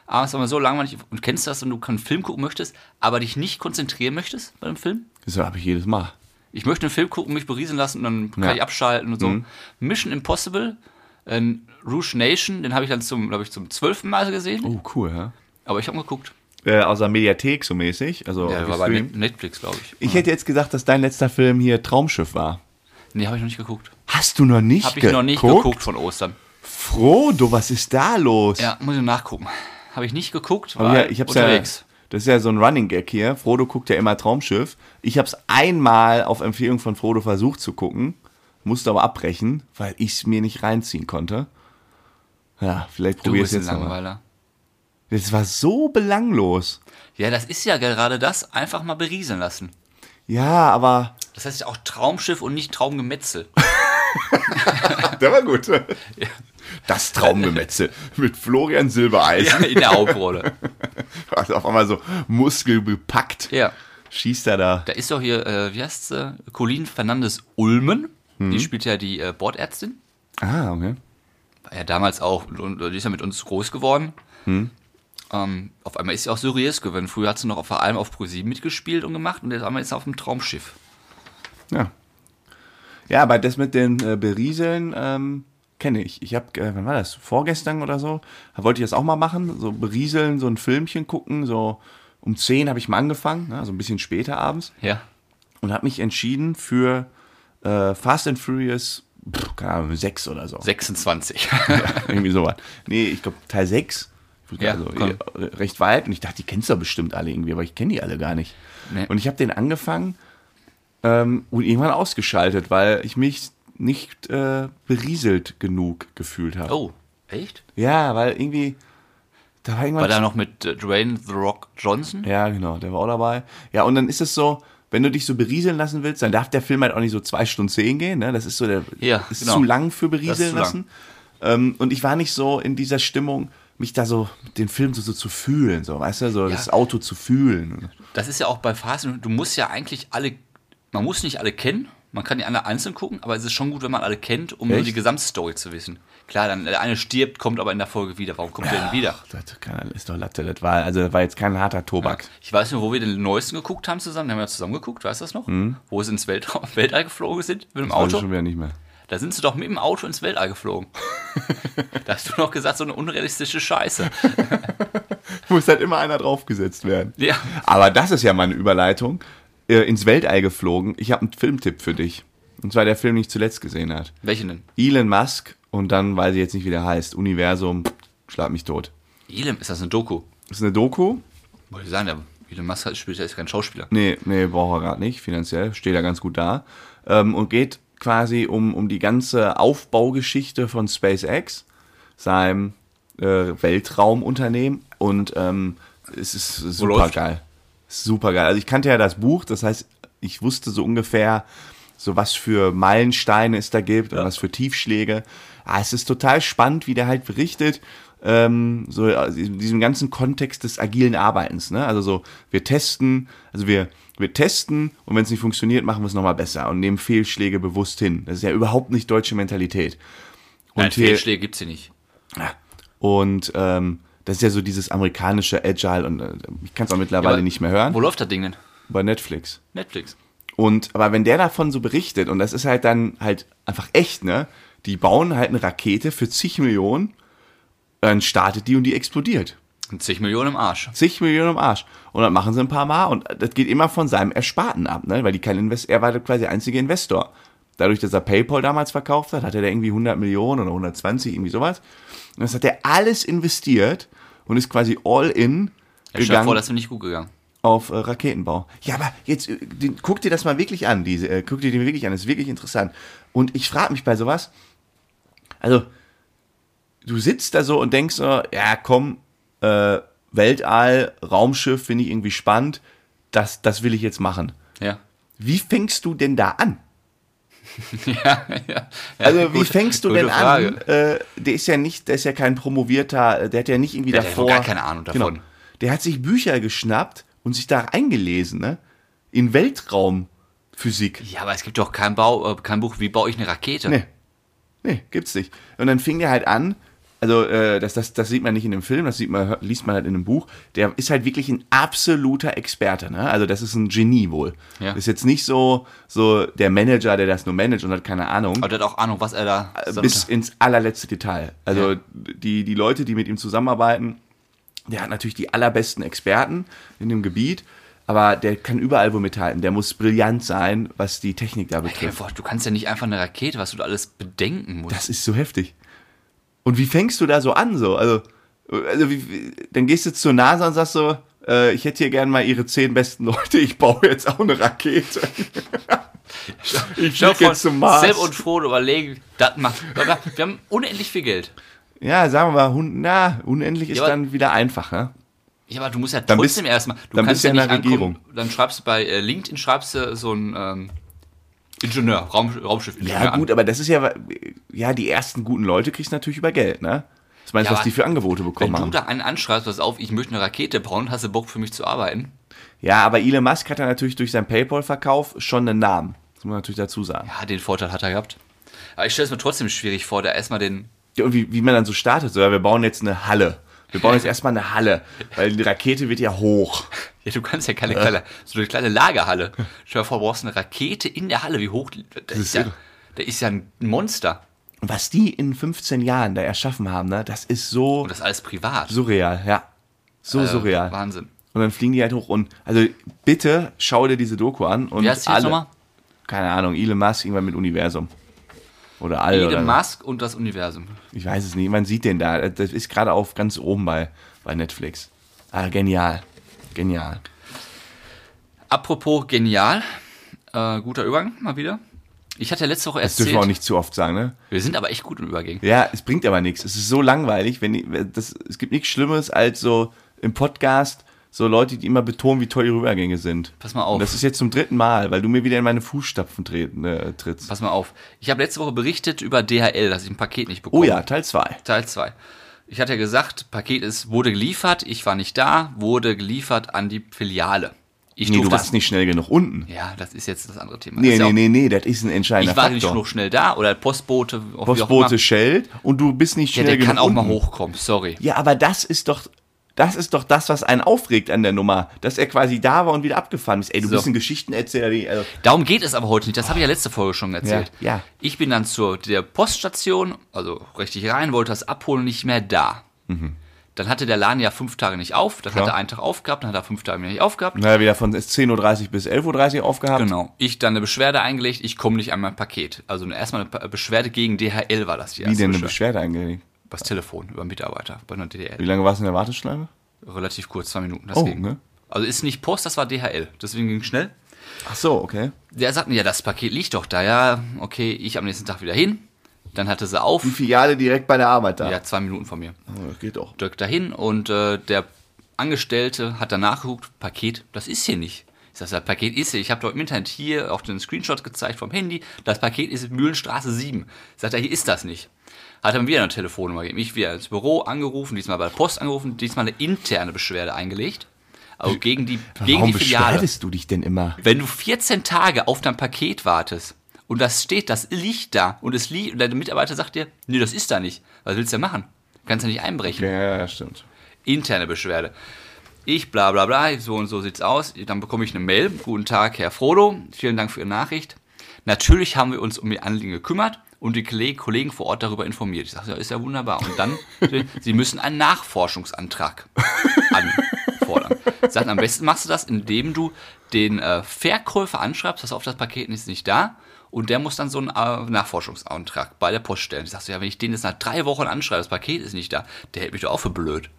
S2: Aber es war mal so langweilig. Und kennst du das, wenn du einen Film gucken möchtest, aber dich nicht konzentrieren möchtest bei dem Film?
S1: Das habe ich jedes Mal.
S2: Ich möchte einen Film gucken, mich beriesen lassen und dann kann
S1: Ja. Mhm.
S2: ich abschalten und so. Mission Impossible, äh, Rouge Nation, den habe ich dann zum, glaube ich, zum zwölften Mal gesehen.
S1: Oh, cool, ja.
S2: Aber ich habe geguckt.
S1: Äh, aus der Mediathek so mäßig. Also
S2: Ja,
S1: auf
S2: war bei
S1: Stream.
S2: Net- Netflix, glaube ich.
S1: ich hätte jetzt gesagt, dass dein letzter Film hier Traumschiff war.
S2: Nee, habe ich noch nicht geguckt.
S1: Hast du noch nicht
S2: Habe ich noch nicht geguckt von Ostern.
S1: Frodo, was ist da los?
S2: Ja, muss ich nachgucken. Habe ich nicht geguckt,
S1: Aber
S2: war
S1: ja, ich hab's
S2: unterwegs.
S1: ja. Das ist ja so ein Running Gag hier. Frodo guckt ja immer Traumschiff. Ich habe es einmal auf Empfehlung von Frodo versucht zu gucken, musste aber abbrechen, weil ich es mir nicht reinziehen konnte. Ja, vielleicht
S2: du
S1: probier es
S2: bist ein
S1: jetzt nochmal.
S2: Langweiler.
S1: Das war so belanglos.
S2: Ja, das ist ja gerade das, einfach mal berieseln lassen.
S1: Ja, aber.
S2: Das heißt ja auch Traumschiff und nicht (laughs) Traumgemetzel.
S1: Der war (laughs) gut. Das Traumgemetzel mit Florian Silbereisen.
S2: Ja, in der Hauptrolle.
S1: (laughs) Also auf einmal so muskelbepackt.
S2: Ja.
S1: Schießt er da.
S2: Da ist doch hier, äh, wie heißt sie? Colin Fernandes Ulmen. Die spielt ja die äh, Bordärztin.
S1: Ah, okay.
S2: War ja damals auch, und, und die ist ja mit uns groß geworden. Ähm, auf einmal ist sie auch seriös geworden. Früher hat sie noch vor allem auf Pro 7 mitgespielt und gemacht und jetzt auf einmal ist sie auf dem Traumschiff.
S1: Ja. Ja, aber das mit den äh, Berieseln ähm, kenne ich. Ich habe, äh, wann war das? Vorgestern oder so? Da wollte ich das auch mal machen. So berieseln, so ein Filmchen gucken. So um 10 habe ich mal angefangen, ne? also ein bisschen später abends.
S2: Ja.
S1: Und habe mich entschieden für äh, Fast and Furious pff, keine Ahnung, 6 oder so.
S2: 26.
S1: (laughs) Irgendwie sowas. Nee, ich glaube Teil 6.
S2: Ja,
S1: also,
S2: komm.
S1: eh, recht weit. Und ich dachte, die kennst du bestimmt alle irgendwie, aber ich kenne die alle gar nicht.
S2: Nee.
S1: Und ich habe den angefangen ähm, und irgendwann ausgeschaltet, weil ich mich nicht äh, berieselt genug gefühlt habe.
S2: oh, echt?
S1: Ja, weil irgendwie. Da war irgendwann.
S2: War da noch mit äh, Dwayne The Rock Johnson?
S1: ja, genau, der war auch dabei. Ja, und dann ist es so. Wenn du dich so berieseln lassen willst, dann darf der Film halt auch nicht so zwei Stunden zehn gehen. Ne? Das ist so der
S2: Ja,
S1: ist
S2: genau.
S1: zu lang für berieseln
S2: zu lang.
S1: lassen. Ähm, und ich war nicht so in dieser Stimmung, mich da so den Film so, so zu fühlen, so weißt du, so das Auto zu fühlen.
S2: Das ist ja auch bei Phasen, du musst ja eigentlich alle, man muss nicht alle kennen, man kann die alle einzeln gucken, aber es ist schon gut, wenn man alle kennt, um nur
S1: Echt?
S2: die Gesamtstory zu wissen. Klar, dann der eine stirbt, kommt aber in der Folge wieder. Warum kommt der denn wieder?
S1: Ach, das kann, ist doch Latte. Das war, also, das war jetzt kein harter Tobak.
S2: Ich weiß nur, wo wir den neuesten geguckt haben zusammen. Den haben wir zusammen geguckt, weißt du das noch? Wo sie ins Weltraum, (laughs) Weltall geflogen sind mit
S1: Hm. Das
S2: dem
S1: weiß ich
S2: Auto.
S1: schon wieder nicht mehr. (laughs)
S2: Da sind sie doch mit dem Auto ins Weltall geflogen. da hast du noch gesagt, so eine unrealistische Scheiße.
S1: Muss halt immer einer draufgesetzt werden.
S2: Ja.
S1: Aber das ist ja mal eine Überleitung. Äh, ins Weltall geflogen. Ich habe einen Filmtipp für dich. Und zwar der Film, den ich zuletzt gesehen hat.
S2: Welchen denn?
S1: Elon Musk und dann weiß ich jetzt nicht, wie der heißt. Universum, schlag mich tot.
S2: Elon, ist das eine Doku?
S1: Das ist eine Doku.
S2: Wollte ich sagen, der Elon Musk spielt ja ist kein Schauspieler.
S1: Nee, nee, braucht er gerade nicht, finanziell, steht er ganz gut da. Ähm, und geht quasi um, um die ganze Aufbaugeschichte von SpaceX, seinem äh, Weltraumunternehmen. Und ähm, es ist super
S2: läuft?
S1: geil. Super geil. Also ich kannte ja das Buch, das heißt, ich wusste so ungefähr, so was für Meilensteine es da gibt und was für Tiefschläge. Ah, es ist total spannend, wie der halt berichtet, ähm, so also in diesem ganzen Kontext des agilen Arbeitens. Ne? Also so, wir testen, also wir, wir testen und wenn es nicht funktioniert, machen wir es nochmal besser und nehmen Fehlschläge bewusst hin. Das ist ja überhaupt nicht deutsche Mentalität. Und
S2: Nein,
S1: hier-
S2: Fehlschläge gibt's hier nicht.
S1: und ähm, das ist ja so dieses amerikanische Agile und äh, ich kann es auch mittlerweile
S2: Aber
S1: nicht mehr hören.
S2: Wo läuft das Ding denn?
S1: Bei Netflix.
S2: Netflix.
S1: Und aber wenn der davon so berichtet, und das ist halt dann halt einfach echt, ne? Die bauen halt eine Rakete für zig Millionen, dann startet die und die explodiert.
S2: Und zig Millionen im Arsch.
S1: Zig Millionen im Arsch. Und dann machen sie ein paar Mal und das geht immer von seinem Ersparten ab, ne? Weil die kein Invest er war quasi der einzige Investor. Dadurch, dass er PayPal damals verkauft hat, hatte der irgendwie 100 Millionen oder 120, irgendwie sowas. Und das hat er alles investiert und ist quasi all in
S2: Ich stell dir
S1: gegangen
S2: vor, das ist nicht gut gegangen.
S1: auf äh, Raketenbau. Ja, aber jetzt äh, den, guck dir das mal wirklich an, diese, äh, guck dir den wirklich an, das ist wirklich interessant. Und ich frage mich bei sowas, also du sitzt da so und denkst, so, ja komm, äh, Weltall, Raumschiff finde ich irgendwie spannend, das, das will ich jetzt machen.
S2: Ja. (laughs)
S1: Wie fängst du denn da an?
S2: ja, ja. (laughs)
S1: Also wie fängst du denn
S2: Frage.
S1: an? Äh, der ist ja nicht, der ist ja kein promovierter, äh, der hat ja nicht irgendwie
S2: Der hat ja
S1: davor.
S2: gar keine Ahnung davon.
S1: Genau. Der hat sich Bücher geschnappt und sich da eingelesen, ne? In Weltraumphysik.
S2: Ja, aber es gibt doch kein, Bau, äh, kein Buch, wie baue ich eine Rakete?
S1: Nee. Nee, gibt's nicht. Und dann fing der halt an, also äh, das, das, das sieht man nicht in dem Film, das sieht man, hört- liest man halt in einem Buch. Der ist halt wirklich ein absoluter Experte, ne? Also das ist ein Genie wohl.
S2: Ja.
S1: Ist jetzt nicht so, so der Manager, der das nur managt und hat keine Ahnung.
S2: Aber der hat auch Ahnung, was er da. so-
S1: Äh, bis ins allerletzte Detail. Also
S2: Ja.
S1: die, die Leute, die mit ihm zusammenarbeiten, der hat natürlich die allerbesten Experten in dem Gebiet, aber der kann überall wo mithalten. Der muss brillant sein, was die Technik da
S2: Stell dir
S1: betrifft.
S2: vor, du kannst ja nicht einfach eine Rakete, was du da alles bedenken musst.
S1: Das ist so heftig. Und wie fängst du da so an? So? Also, also wie, wie, dann gehst du zur NASA und sagst so, äh, ich hätte hier gerne mal ihre zehn besten Leute, ich baue jetzt auch eine Rakete. ich
S2: Stell dir
S1: fliege
S2: vor,
S1: jetzt zum Mars.
S2: Sam und Frodo überlegen, das macht. Wir haben unendlich viel Geld.
S1: ja, sagen wir mal, hun- na, unendlich ist
S2: Ja, aber-
S1: dann wieder einfach. Ne?
S2: Ja, aber du musst ja
S1: Dann bist-
S2: trotzdem erstmal. Du
S1: dann bist du in der
S2: ankommen,
S1: Regierung.
S2: Dann schreibst du bei äh, LinkedIn schreibst du so ein ähm, Ingenieur, Raum, Raumschiff-Ingenieur.
S1: Ja,
S2: an.
S1: gut, aber das ist ja, ja, die ersten guten Leute kriegst du natürlich über Geld, ne? Was meinst du,
S2: Ja,
S1: was
S2: aber
S1: die für Angebote
S2: Wenn
S1: bekommen
S2: du
S1: haben?
S2: da einen anschreibst, pass auf, ich möchte eine Rakete bauen, hast du Bock für mich zu arbeiten?
S1: Ja, aber Elon Musk hat ja natürlich durch seinen Paypal-Verkauf schon einen Namen. Das muss man natürlich dazu sagen.
S2: Ja, den Vorteil hat er gehabt. Aber ich stelle es mir trotzdem schwierig vor, da erstmal den. (laughs)
S1: Ja, und wie, wie man dann so startet, so, ja, wir bauen jetzt eine Halle. Wir bauen
S2: (laughs)
S1: jetzt erstmal eine Halle, weil die Rakete wird ja hoch.
S2: Ja, du kannst ja keine
S1: Äh.
S2: kleine, so eine kleine Lagerhalle. Stell dir vor, du brauchst eine Rakete in der Halle. Wie hoch? Das,
S1: ist
S2: ist, ja,
S1: irre.
S2: das ist ja ein Monster.
S1: Und was die in 15 Jahren da erschaffen haben, ne, das ist so
S2: Und das ist alles privat.
S1: surreal, ja. So
S2: Äh,
S1: surreal.
S2: Wahnsinn.
S1: Und dann fliegen die halt hoch und, also bitte schau dir diese Doku an und
S2: Wie heißt die jetzt
S1: alle.
S2: nochmal?
S1: keine Ahnung, Elon Musk irgendwann mit Universum. Oder All oder
S2: Elon Musk und das Universum.
S1: ich weiß es nicht, man sieht den da. Das ist gerade auf ganz oben bei, bei Netflix. Ah, genial. Genial.
S2: Apropos genial, äh, guter Übergang mal wieder. Ich hatte letzte Woche
S1: Das dürfen wir auch
S2: erzählt,
S1: nicht zu oft sagen, ne?
S2: wir sind aber echt gut im Übergang.
S1: Ja, es bringt aber nichts. Es ist so langweilig, wenn die, wenn das, es gibt nichts Schlimmes als so im Podcast so Leute, die immer betonen, wie toll ihre Übergänge sind.
S2: Pass mal auf.
S1: Und das ist jetzt zum dritten Mal, weil du mir wieder in meine Fußstapfen treten, äh, trittst.
S2: Pass mal auf. Ich habe letzte Woche berichtet über DHL, dass ich ein Paket nicht bekomme.
S1: Oh ja, Teil 2.
S2: Teil 2. Ich hatte ja gesagt, Paket ist, wurde geliefert, ich war nicht da, wurde geliefert an die Filiale. Ich
S1: Nee, du
S2: durfte
S1: warst nicht schnell genug unten.
S2: Ja, das ist jetzt das andere Thema. Das
S1: Nee,
S2: ist ja
S1: nee,
S2: auch-
S1: nee, nee, das ist ein
S2: Ich
S1: entscheidender
S2: war
S1: Faktor.
S2: nicht genug schnell da oder Postbote. auch wie auch
S1: Postbote
S2: immer.
S1: schellt und du bist nicht
S2: Ja,
S1: schnell
S2: der
S1: genug.
S2: kann auch mal
S1: unten.
S2: hochkommen, sorry.
S1: Ja, aber das ist doch das ist doch das, was einen aufregt an der Nummer, dass er quasi da war und wieder abgefahren ist. Ey, du
S2: So.
S1: bist ein Geschichtenerzähler. die- Also,
S2: Darum geht es aber heute nicht. Das habe ich ja letzte Folge schon erzählt.
S1: Ja, ja.
S2: Ich bin dann zur der Poststation, also richtig rein, wollte das abholen, nicht mehr da. Dann hatte der Laden ja fünf Tage nicht auf, dann
S1: Mhm. Klar.
S2: hat er einen Tag aufgehabt, dann hat er fünf Tage nicht aufgehabt.
S1: na, wieder von 10.30 Uhr bis 11.30 Uhr aufgehabt.
S2: Genau. Ich dann eine Beschwerde eingelegt, ich komme nicht an mein Paket. Also erstmal eine Pa- Beschwerde gegen DHL war das die
S1: Wie
S2: erste
S1: denn eine
S2: Beschwerde.
S1: Beschwerde eingelegt?
S2: Übers Telefon, über Mitarbeiter, bei einer
S1: Wie
S2: DHL.
S1: lange warst du in der Warteschleife?
S2: Relativ kurz, zwei Minuten. Deswegen.
S1: ne?
S2: Also ist nicht Post, das war DHL. Deswegen ging schnell.
S1: Ach so, okay.
S2: Der sagt mir, ja, das Paket liegt doch da. Ja, okay, ich am nächsten Tag wieder hin. Dann hatte sie auf.
S1: Filiale direkt bei der Arbeit da.
S2: Ja, zwei Minuten von mir.
S1: Oh, das geht doch.
S2: Dirk dahin und äh, der Angestellte hat dann nachgeguckt, Paket, das ist hier nicht. Ich sag, das Paket ist hier. Ich habe doch im Internet hier auch den Screenshot gezeigt vom Handy. Das Paket ist Mühlenstraße 7. Sagt er, hier ist das nicht. Hat er mir wieder eine Telefonnummer gegeben. Ich wieder ins Büro angerufen, diesmal bei der Post angerufen, diesmal eine interne Beschwerde eingelegt. Also gegen die, gegen
S1: Warum
S2: die Filiale.
S1: beschwerdest du dich denn immer?
S2: Wenn du 14 Tage auf dein Paket wartest und das steht, das liegt da und es liegt und dein Mitarbeiter sagt dir, nee, das ist da nicht. Was willst du denn machen? Kannst du nicht einbrechen.
S1: Ja, ja, ja, stimmt.
S2: Interne Beschwerde. Ich bla bla bla, so und so sieht's aus. Dann bekomme ich eine Mail. Guten Tag, Herr Frodo. Vielen Dank für Ihre Nachricht. Natürlich haben wir uns um Ihr Anliegen gekümmert und die Kolle- Kollegen vor Ort darüber informiert. Ich sage, ja, ist ja wunderbar. Und dann, (laughs) Sie müssen einen Nachforschungsantrag (laughs) anfordern. Sagt, am besten machst du das, indem du den äh, Verkäufer anschreibst, pass auf, das Paket ist nicht da. Und der muss dann so einen äh, Nachforschungsantrag bei der Post stellen. Ich sag so, ja, wenn ich den jetzt nach drei Wochen anschreibe, das Paket ist nicht da, der hält mich doch auch für blöd.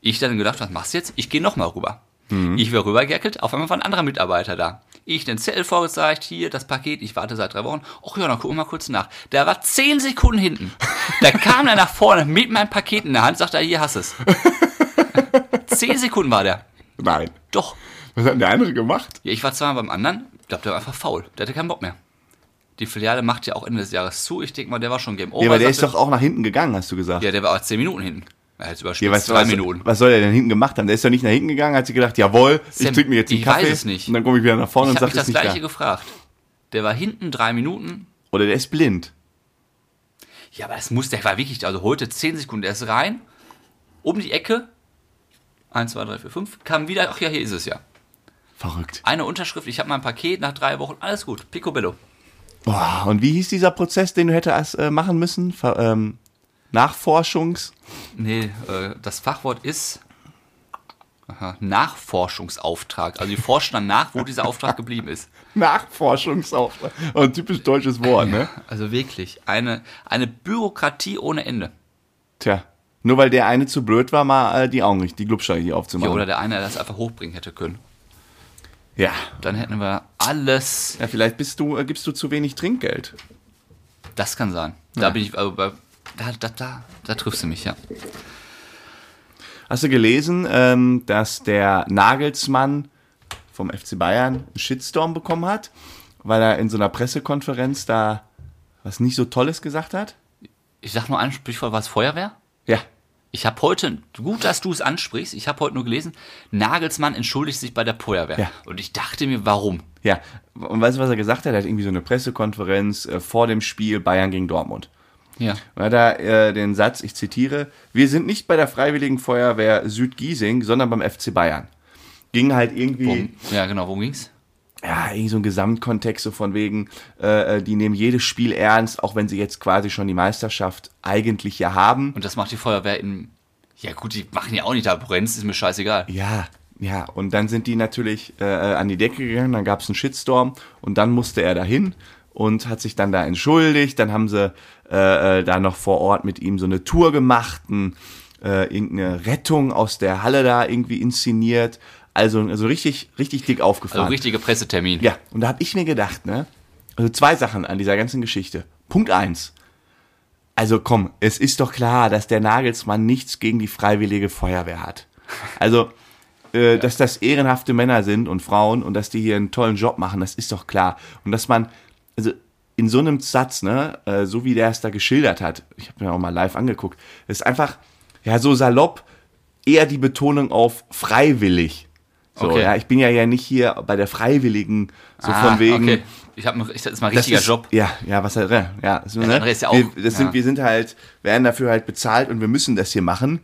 S2: Ich dann gedacht, was machst du jetzt? Ich gehe nochmal rüber.
S1: Mhm.
S2: Ich wäre rübergeckelt, auf einmal war ein anderer Mitarbeiter da. Ich den Zettel vorgezeigt, hier das Paket, ich warte seit drei Wochen. Och ja, dann gucken wir mal kurz nach. Der war zehn Sekunden hinten.
S1: (laughs)
S2: Da kam er nach vorne mit meinem Paket in der Hand, sagt er, hier hast es. zehn Sekunden war der.
S1: Nein.
S2: Doch.
S1: Was hat denn der andere gemacht?
S2: Ja, ich war zweimal beim anderen, ich glaube, der war einfach faul. Der hatte keinen Bock mehr. Die Filiale macht ja auch Ende des Jahres zu. Ich denke mal, der war schon Game Over.
S1: Ja, aber der ist
S2: sagte-
S1: doch auch nach hinten gegangen, hast du gesagt.
S2: Ja, der war auch 10 Minuten hinten. Er hat überspitzt,
S1: Ja, was,
S2: drei
S1: was,
S2: Minuten.
S1: was soll der denn hinten gemacht haben? Der ist doch nicht nach hinten gegangen, hat sich gedacht, jawohl, ich
S2: Sam,
S1: trinke mir jetzt einen
S2: ich weiß
S1: Kaffee
S2: es nicht.
S1: und dann komme ich wieder nach vorne
S2: Ich
S1: und
S2: habe mich
S1: sage,
S2: das
S1: ist nicht
S2: gleiche
S1: da.
S2: gefragt. Der war hinten drei Minuten.
S1: Oder der ist blind.
S2: Ja, aber es muss, der war wirklich, also heute 10 Sekunden, der ist rein, um die Ecke, 1, 2, 3, 4, 5, kam wieder, ach ja, hier ist es ja.
S1: Verrückt.
S2: Eine Unterschrift, ich habe mein Paket nach drei Wochen, alles gut, Picobello.
S1: Boah, und wie hieß dieser Prozess, den du hättest äh, machen müssen? Ver, ähm,
S2: (laughs)
S1: Nachforschungs?
S2: Nee, äh, das Fachwort ist aha, Nachforschungsauftrag. Also die forschen dann nach, wo dieser Auftrag geblieben ist.
S1: Nachforschungsauftrag. Oh, Ein typisch deutsches Wort, ne?
S2: Also wirklich, eine, eine Bürokratie ohne Ende.
S1: Tja, nur weil der eine zu blöd war, mal äh, die Augen richtig, die Glubschauge hier
S2: Ja,
S1: aufzumachen.
S2: oder der eine, der das einfach hochbringen hätte können.
S1: ja.
S2: Dann hätten wir alles.
S1: ja, vielleicht bist du, äh, gibst du zu wenig Trinkgeld.
S2: Das kann sein. Da bin ich, also bei, da, da, da, da triffst du mich, ja.
S1: Hast du gelesen, ähm, dass der Nagelsmann vom FC Bayern einen Shitstorm bekommen hat, weil er in so einer Pressekonferenz da was nicht so Tolles gesagt hat?
S2: Ich sag nur ein Sprichwort, was Feuerwehr?
S1: Ja.
S2: Ich habe heute, gut, dass du es ansprichst, ich habe heute nur gelesen, Nagelsmann entschuldigt sich bei der Feuerwehr.
S1: Ja.
S2: Und ich dachte mir, warum?
S1: Ja. Und weißt du, was er gesagt hat? Er hat irgendwie so eine Pressekonferenz äh, vor dem Spiel Bayern gegen Dortmund.
S2: Ja.
S1: Und hat er äh, den Satz, ich zitiere, wir sind nicht bei der Freiwilligen Feuerwehr Südgiesing, sondern beim FC Bayern. Ging halt irgendwie.
S2: Warum? Ja, genau, worum ging's?
S1: ja, irgendwie so ein Gesamtkontext, so von wegen, äh, äh, die nehmen jedes Spiel ernst, auch wenn sie jetzt quasi schon die Meisterschaft eigentlich ja haben.
S2: Und das macht die Feuerwehr in. Ja, gut, die machen ja auch nicht da Brenz, ist mir scheißegal.
S1: Ja, ja, und dann sind die natürlich äh, äh, an die Decke gegangen, dann gab's einen Shitstorm und dann musste er dahin und hat sich dann da entschuldigt. Dann haben sie äh, äh, da noch vor Ort mit ihm so eine Tour gemacht, ein, äh, irgendeine Rettung aus der Halle da irgendwie inszeniert. Also, also richtig, richtig dick aufgefahren.
S2: Also richtige Pressetermin.
S1: Ja, und da hab ich mir gedacht, ne? Also zwei Sachen an dieser ganzen Geschichte. Punkt eins. Also komm, es ist doch klar, dass der Nagelsmann nichts gegen die freiwillige Feuerwehr hat. Also, äh, dass das ehrenhafte Männer sind und Frauen und dass die hier einen tollen Job machen, das ist doch klar. Und dass man, also in so einem Satz, ne, äh, so wie der es da geschildert hat, ich habe mir auch mal live angeguckt, ist einfach, ja, so salopp, eher die Betonung auf freiwillig. So,
S2: Okay.
S1: ja, ich bin ja ja nicht hier bei der Freiwilligen, so
S2: Ah,
S1: von wegen.
S2: Okay. Ich habe das ist mal ein
S1: das
S2: richtiger
S1: ist,
S2: Job.
S1: Ja, ja, was halt, ja, ja, so,
S2: der andere ist ja auch-
S1: wir, das sind,
S2: ja.
S1: wir sind halt, werden dafür halt bezahlt und wir müssen das hier machen.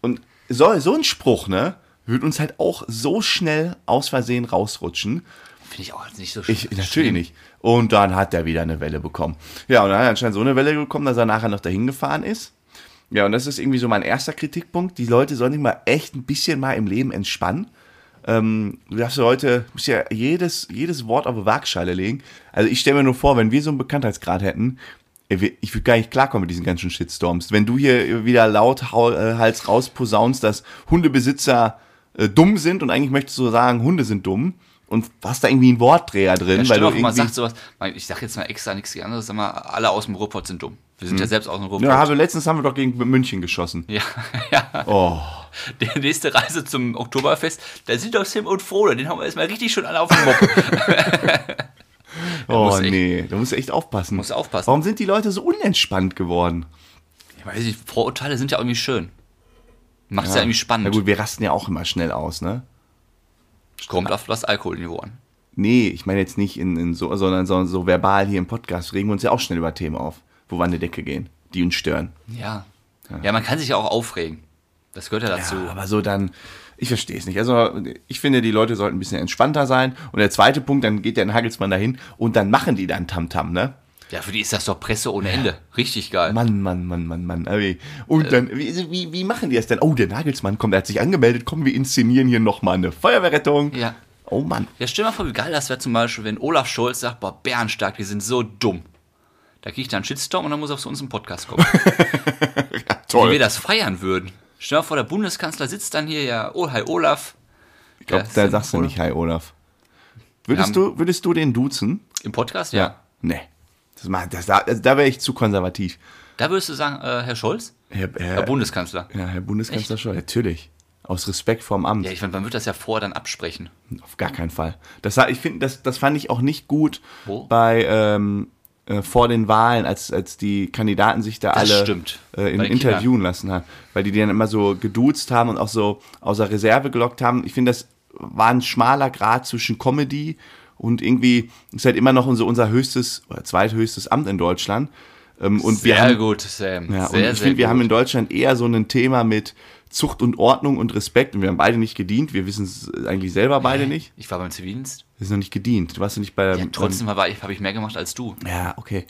S1: Und so, so ein Spruch, ne, wird uns halt auch so schnell aus Versehen rausrutschen.
S2: Finde ich auch jetzt nicht so sch-
S1: Ich, natürlich
S2: schlimm.
S1: nicht. Und dann hat er wieder eine Welle bekommen. Ja, und dann hat er anscheinend so eine Welle bekommen, dass er nachher noch dahin gefahren ist. Ja, und das ist irgendwie so mein erster Kritikpunkt. Die Leute sollen sich mal echt ein bisschen mal im Leben entspannen. Ähm, du darfst ja heute, musst ja jedes, jedes Wort auf eine Waagschale legen. Also ich stelle mir nur vor, wenn wir so einen Bekanntheitsgrad hätten, ey, wir- ich würde gar nicht klarkommen mit diesen ganzen Shitstorms. Wenn du hier wieder laut hau- äh, Hals rausposaunst, dass Hundebesitzer äh, dumm sind und eigentlich möchtest du sagen, Hunde sind dumm und hast da irgendwie einen Wortdreher drin,
S2: Ja,
S1: weil
S2: stimmt
S1: du
S2: auch, man
S1: irgendwie,
S2: sagt sowas, mein, ich sag jetzt mal extra nichts anderes, sag mal, alle aus dem Ruhrpott sind dumm. Wir sind ja selbst aus dem Ruhrpott.
S1: Hm. ja, habe, letztens haben wir doch gegen München geschossen.
S2: (laughs) ja, (laughs) ja.
S1: Oh.
S2: Der nächste Reise zum Oktoberfest, da sind doch Sim und Frodo, den haben wir erstmal richtig schön alle auf dem
S1: (laughs)
S2: Mopp.
S1: Oh
S2: musst echt-
S1: nee, da musst du echt aufpassen.
S2: Musst aufpassen.
S1: Warum sind die Leute so unentspannt geworden?
S2: Ich weiß nicht, Vorurteile sind ja irgendwie schön. Macht's ja, irgendwie
S1: Na
S2: spannend.
S1: gut, wir rasten ja auch immer schnell aus, ne?
S2: Kommt auf das Alkoholniveau an.
S1: Nee, ich meine jetzt nicht in, in so, sondern so, so verbal hier im Podcast regen wir uns ja auch schnell über Themen auf, wo wir an die Decke gehen, die uns stören.
S2: Ja. Ja, man kann sich ja auch aufregen. Das gehört ja dazu.
S1: Ja, aber so dann, ich verstehe es nicht. Also ich finde, die Leute sollten ein bisschen entspannter sein. Und der zweite Punkt, dann geht der Nagelsmann dahin und dann machen die dann Tamtam, ne?
S2: Ja, für die ist das doch Presse ohne Ende. Richtig geil.
S1: Mann, Mann, Mann, Mann, Mann. Ey.
S2: Äh.
S1: Und dann, wie, wie, wie machen die das denn? Oh, der Nagelsmann kommt, er hat sich angemeldet. Komm, wir inszenieren hier nochmal eine Feuerwehrrettung.
S2: Ja.
S1: Oh Mann.
S2: Ja, stell mal vor, wie geil das wäre zum Beispiel, wenn Olaf Scholz sagt, boah, Bärenstark, die sind so dumm. Da kriegt er einen Shitstorm und dann muss er zu uns im
S1: (laughs)
S2: Podcast kommen. Wie wir
S1: Toll.
S2: das feiern würden. Stell mal vor, der Bundeskanzler sitzt dann hier, ja, oh, hi Olaf.
S1: Ich glaube,
S2: Ja,
S1: da
S2: Sim,
S1: sagst du
S2: Olaf.
S1: nicht Hi, Olaf. Würdest,
S2: Wir
S1: du, würdest du den duzen?
S2: Im Podcast, ja.
S1: Nee. Das, macht- das, da also da wäre ich zu konservativ.
S2: Da würdest du sagen, äh, Herr Scholz?
S1: Herr,
S2: Herr
S1: Herr,
S2: Bundeskanzler.
S1: ja, Herr Bundeskanzler Scholz, natürlich. Aus Respekt vorm Amt.
S2: Ja, ich meine, man wird das ja vorher dann absprechen.
S1: Auf gar keinen Fall. Das, sah- ich finde, das, das fand ich auch nicht gut
S2: Wo?
S1: bei ähm, äh, vor den Wahlen, als, als die Kandidaten sich da
S2: Das
S1: alle
S2: stimmt.
S1: Äh, in,
S2: Bei den
S1: interviewen lassen haben, weil die die dann immer so geduzt haben und auch so außer Reserve gelockt haben. Ich finde, das war ein schmaler Grad zwischen Comedy und irgendwie ist halt immer noch unser, unser höchstes oder zweithöchstes Amt in Deutschland. Ähm, und wir
S2: sehr
S1: haben,
S2: gut, Sam.
S1: ja,
S2: sehr,
S1: und ich
S2: sehr
S1: finde, wir
S2: gut.
S1: haben in Deutschland eher so ein Thema mit Zucht und Ordnung und Respekt. Und wir haben beide nicht gedient. Wir wissen es eigentlich selber beide nicht.
S2: ich war beim Zivildienst.
S1: Wir sind noch nicht gedient. Du warst noch nicht bei
S2: Ja,
S1: ähm,
S2: trotzdem war ich, habe ich mehr gemacht als du.
S1: ja, okay.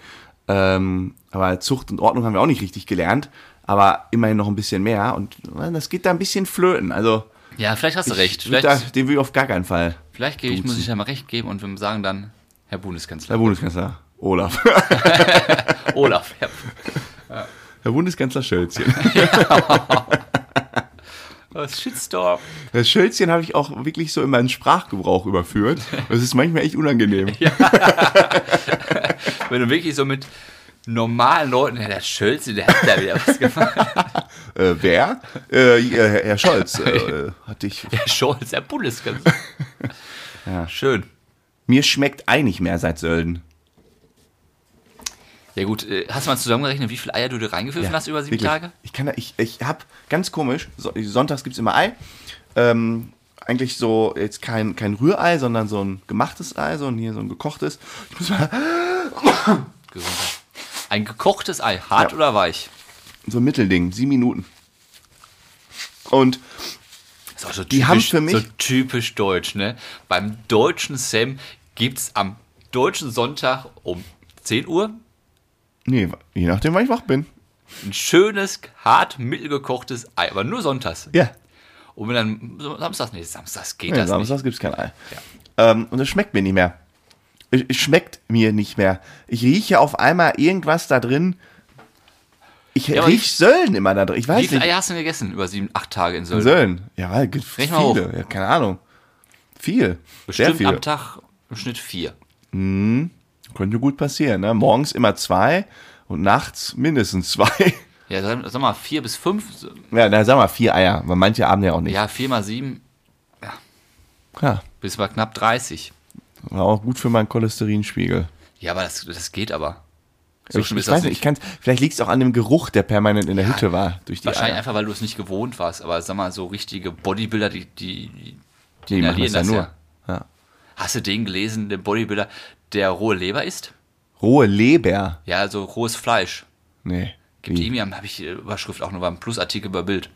S1: Ähm, aber Zucht und Ordnung haben wir auch nicht richtig gelernt. Aber immerhin noch ein bisschen mehr. Und äh, das geht da ein bisschen flöten. Also,
S2: Ja, vielleicht hast du recht.
S1: ich würd
S2: Vielleicht,
S1: da, den will ich auf gar keinen Fall.
S2: vielleicht gehe ich, muss ich ja mal recht geben und wir sagen dann, Herr Bundeskanzler.
S1: Herr Bundeskanzler
S2: (laughs)
S1: Olaf.
S2: Olaf. Ja.
S1: Herr Bundeskanzler Schölzchen.
S2: Oh, Shitstorm.
S1: Das Schölzchen habe ich auch wirklich so in meinen Sprachgebrauch überführt. Das ist manchmal echt unangenehm.
S2: Wenn du wirklich so mit normalen Leuten, ja, der Schölze, der hat da wieder was gemacht.
S1: Äh, wer? Äh, Herr Herr Scholz. Äh, hatte ich.
S2: Der Scholz, der Bundeskanzler. Schön.
S1: Mir schmeckt ei nicht mehr seit Sölden.
S2: Ja gut, äh, hast du mal zusammengerechnet, wie viele Eier du dir reingepfiffen hast über sieben
S1: Wirklich.
S2: Tage?
S1: Ich kann da, ich, ich hab ganz komisch, so, sonntags gibt's immer Ei. Ähm, eigentlich so, jetzt kein, kein Rührei, sondern so ein gemachtes Ei, so ein, hier so ein gekochtes. Ich muss mal,
S2: Gesundheit. Ein gekochtes Ei, hart
S1: Ja.
S2: oder weich?
S1: so ein Mittelding, sieben Minuten. Und
S2: Ist auch so typisch,
S1: Die haben für mich-
S2: so typisch deutsch, ne? Beim deutschen Sam gibt's am deutschen Sonntag um 10 Uhr
S1: nee, je nachdem, wann ich wach bin.
S2: ein schönes, hart mittelgekochtes Ei, aber nur sonntags.
S1: Ja.
S2: Und wenn dann samstags, nee, samstags geht
S1: Nee,
S2: das
S1: Samstags gibt's kein Ei. Ähm, und es schmeckt mir nicht mehr. Es es schmeckt mir nicht mehr. Ich rieche auf einmal irgendwas da drin. Ich
S2: aber
S1: riech Söllen immer da drin. Ich
S2: nicht. Wie
S1: weiß
S2: viele
S1: nicht.
S2: Eier Ah, hast du denn gegessen über sieben, acht Tage in Sölden?
S1: Söllen. Ja, weil gibt
S2: Rechn
S1: viele.
S2: mal
S1: Ja, keine Ahnung. Viel. Sehr
S2: Bestimmt
S1: viel.
S2: am Tag im Schnitt vier.
S1: Könnte gut passieren. Ne? Morgens immer zwei und nachts mindestens zwei. (laughs)
S2: Ja, sag, sag mal, vier bis fünf. so-
S1: ja, na, sag mal vier Eier, weil manche haben ja auch nicht.
S2: Ja, vier mal sieben
S1: Klar.
S2: bis mal knapp 30.
S1: War auch gut für meinen Cholesterinspiegel.
S2: Ja, aber das, das geht aber. So
S1: Ich,
S2: schlimm
S1: ich
S2: ist das
S1: weiß
S2: nicht.
S1: nicht, ich kann's, vielleicht liegt es auch an dem Geruch, der permanent in der Hütte war. Durch die
S2: Wahrscheinlich
S1: Eier.
S2: einfach, weil du es nicht gewohnt warst. Aber sag mal, so richtige Bodybuilder, die, die, die,
S1: Die machen das
S2: inhalieren
S1: ja nur.
S2: ja. Hast du den gelesen, den Bodybuilder, der rohe Leber isst?
S1: Rohe Leber.
S2: Ja, also rohes Fleisch.
S1: Nee.
S2: Gibt
S1: Wie?
S2: ihm, habe ich die Überschrift auch nur beim Plusartikel über Bild.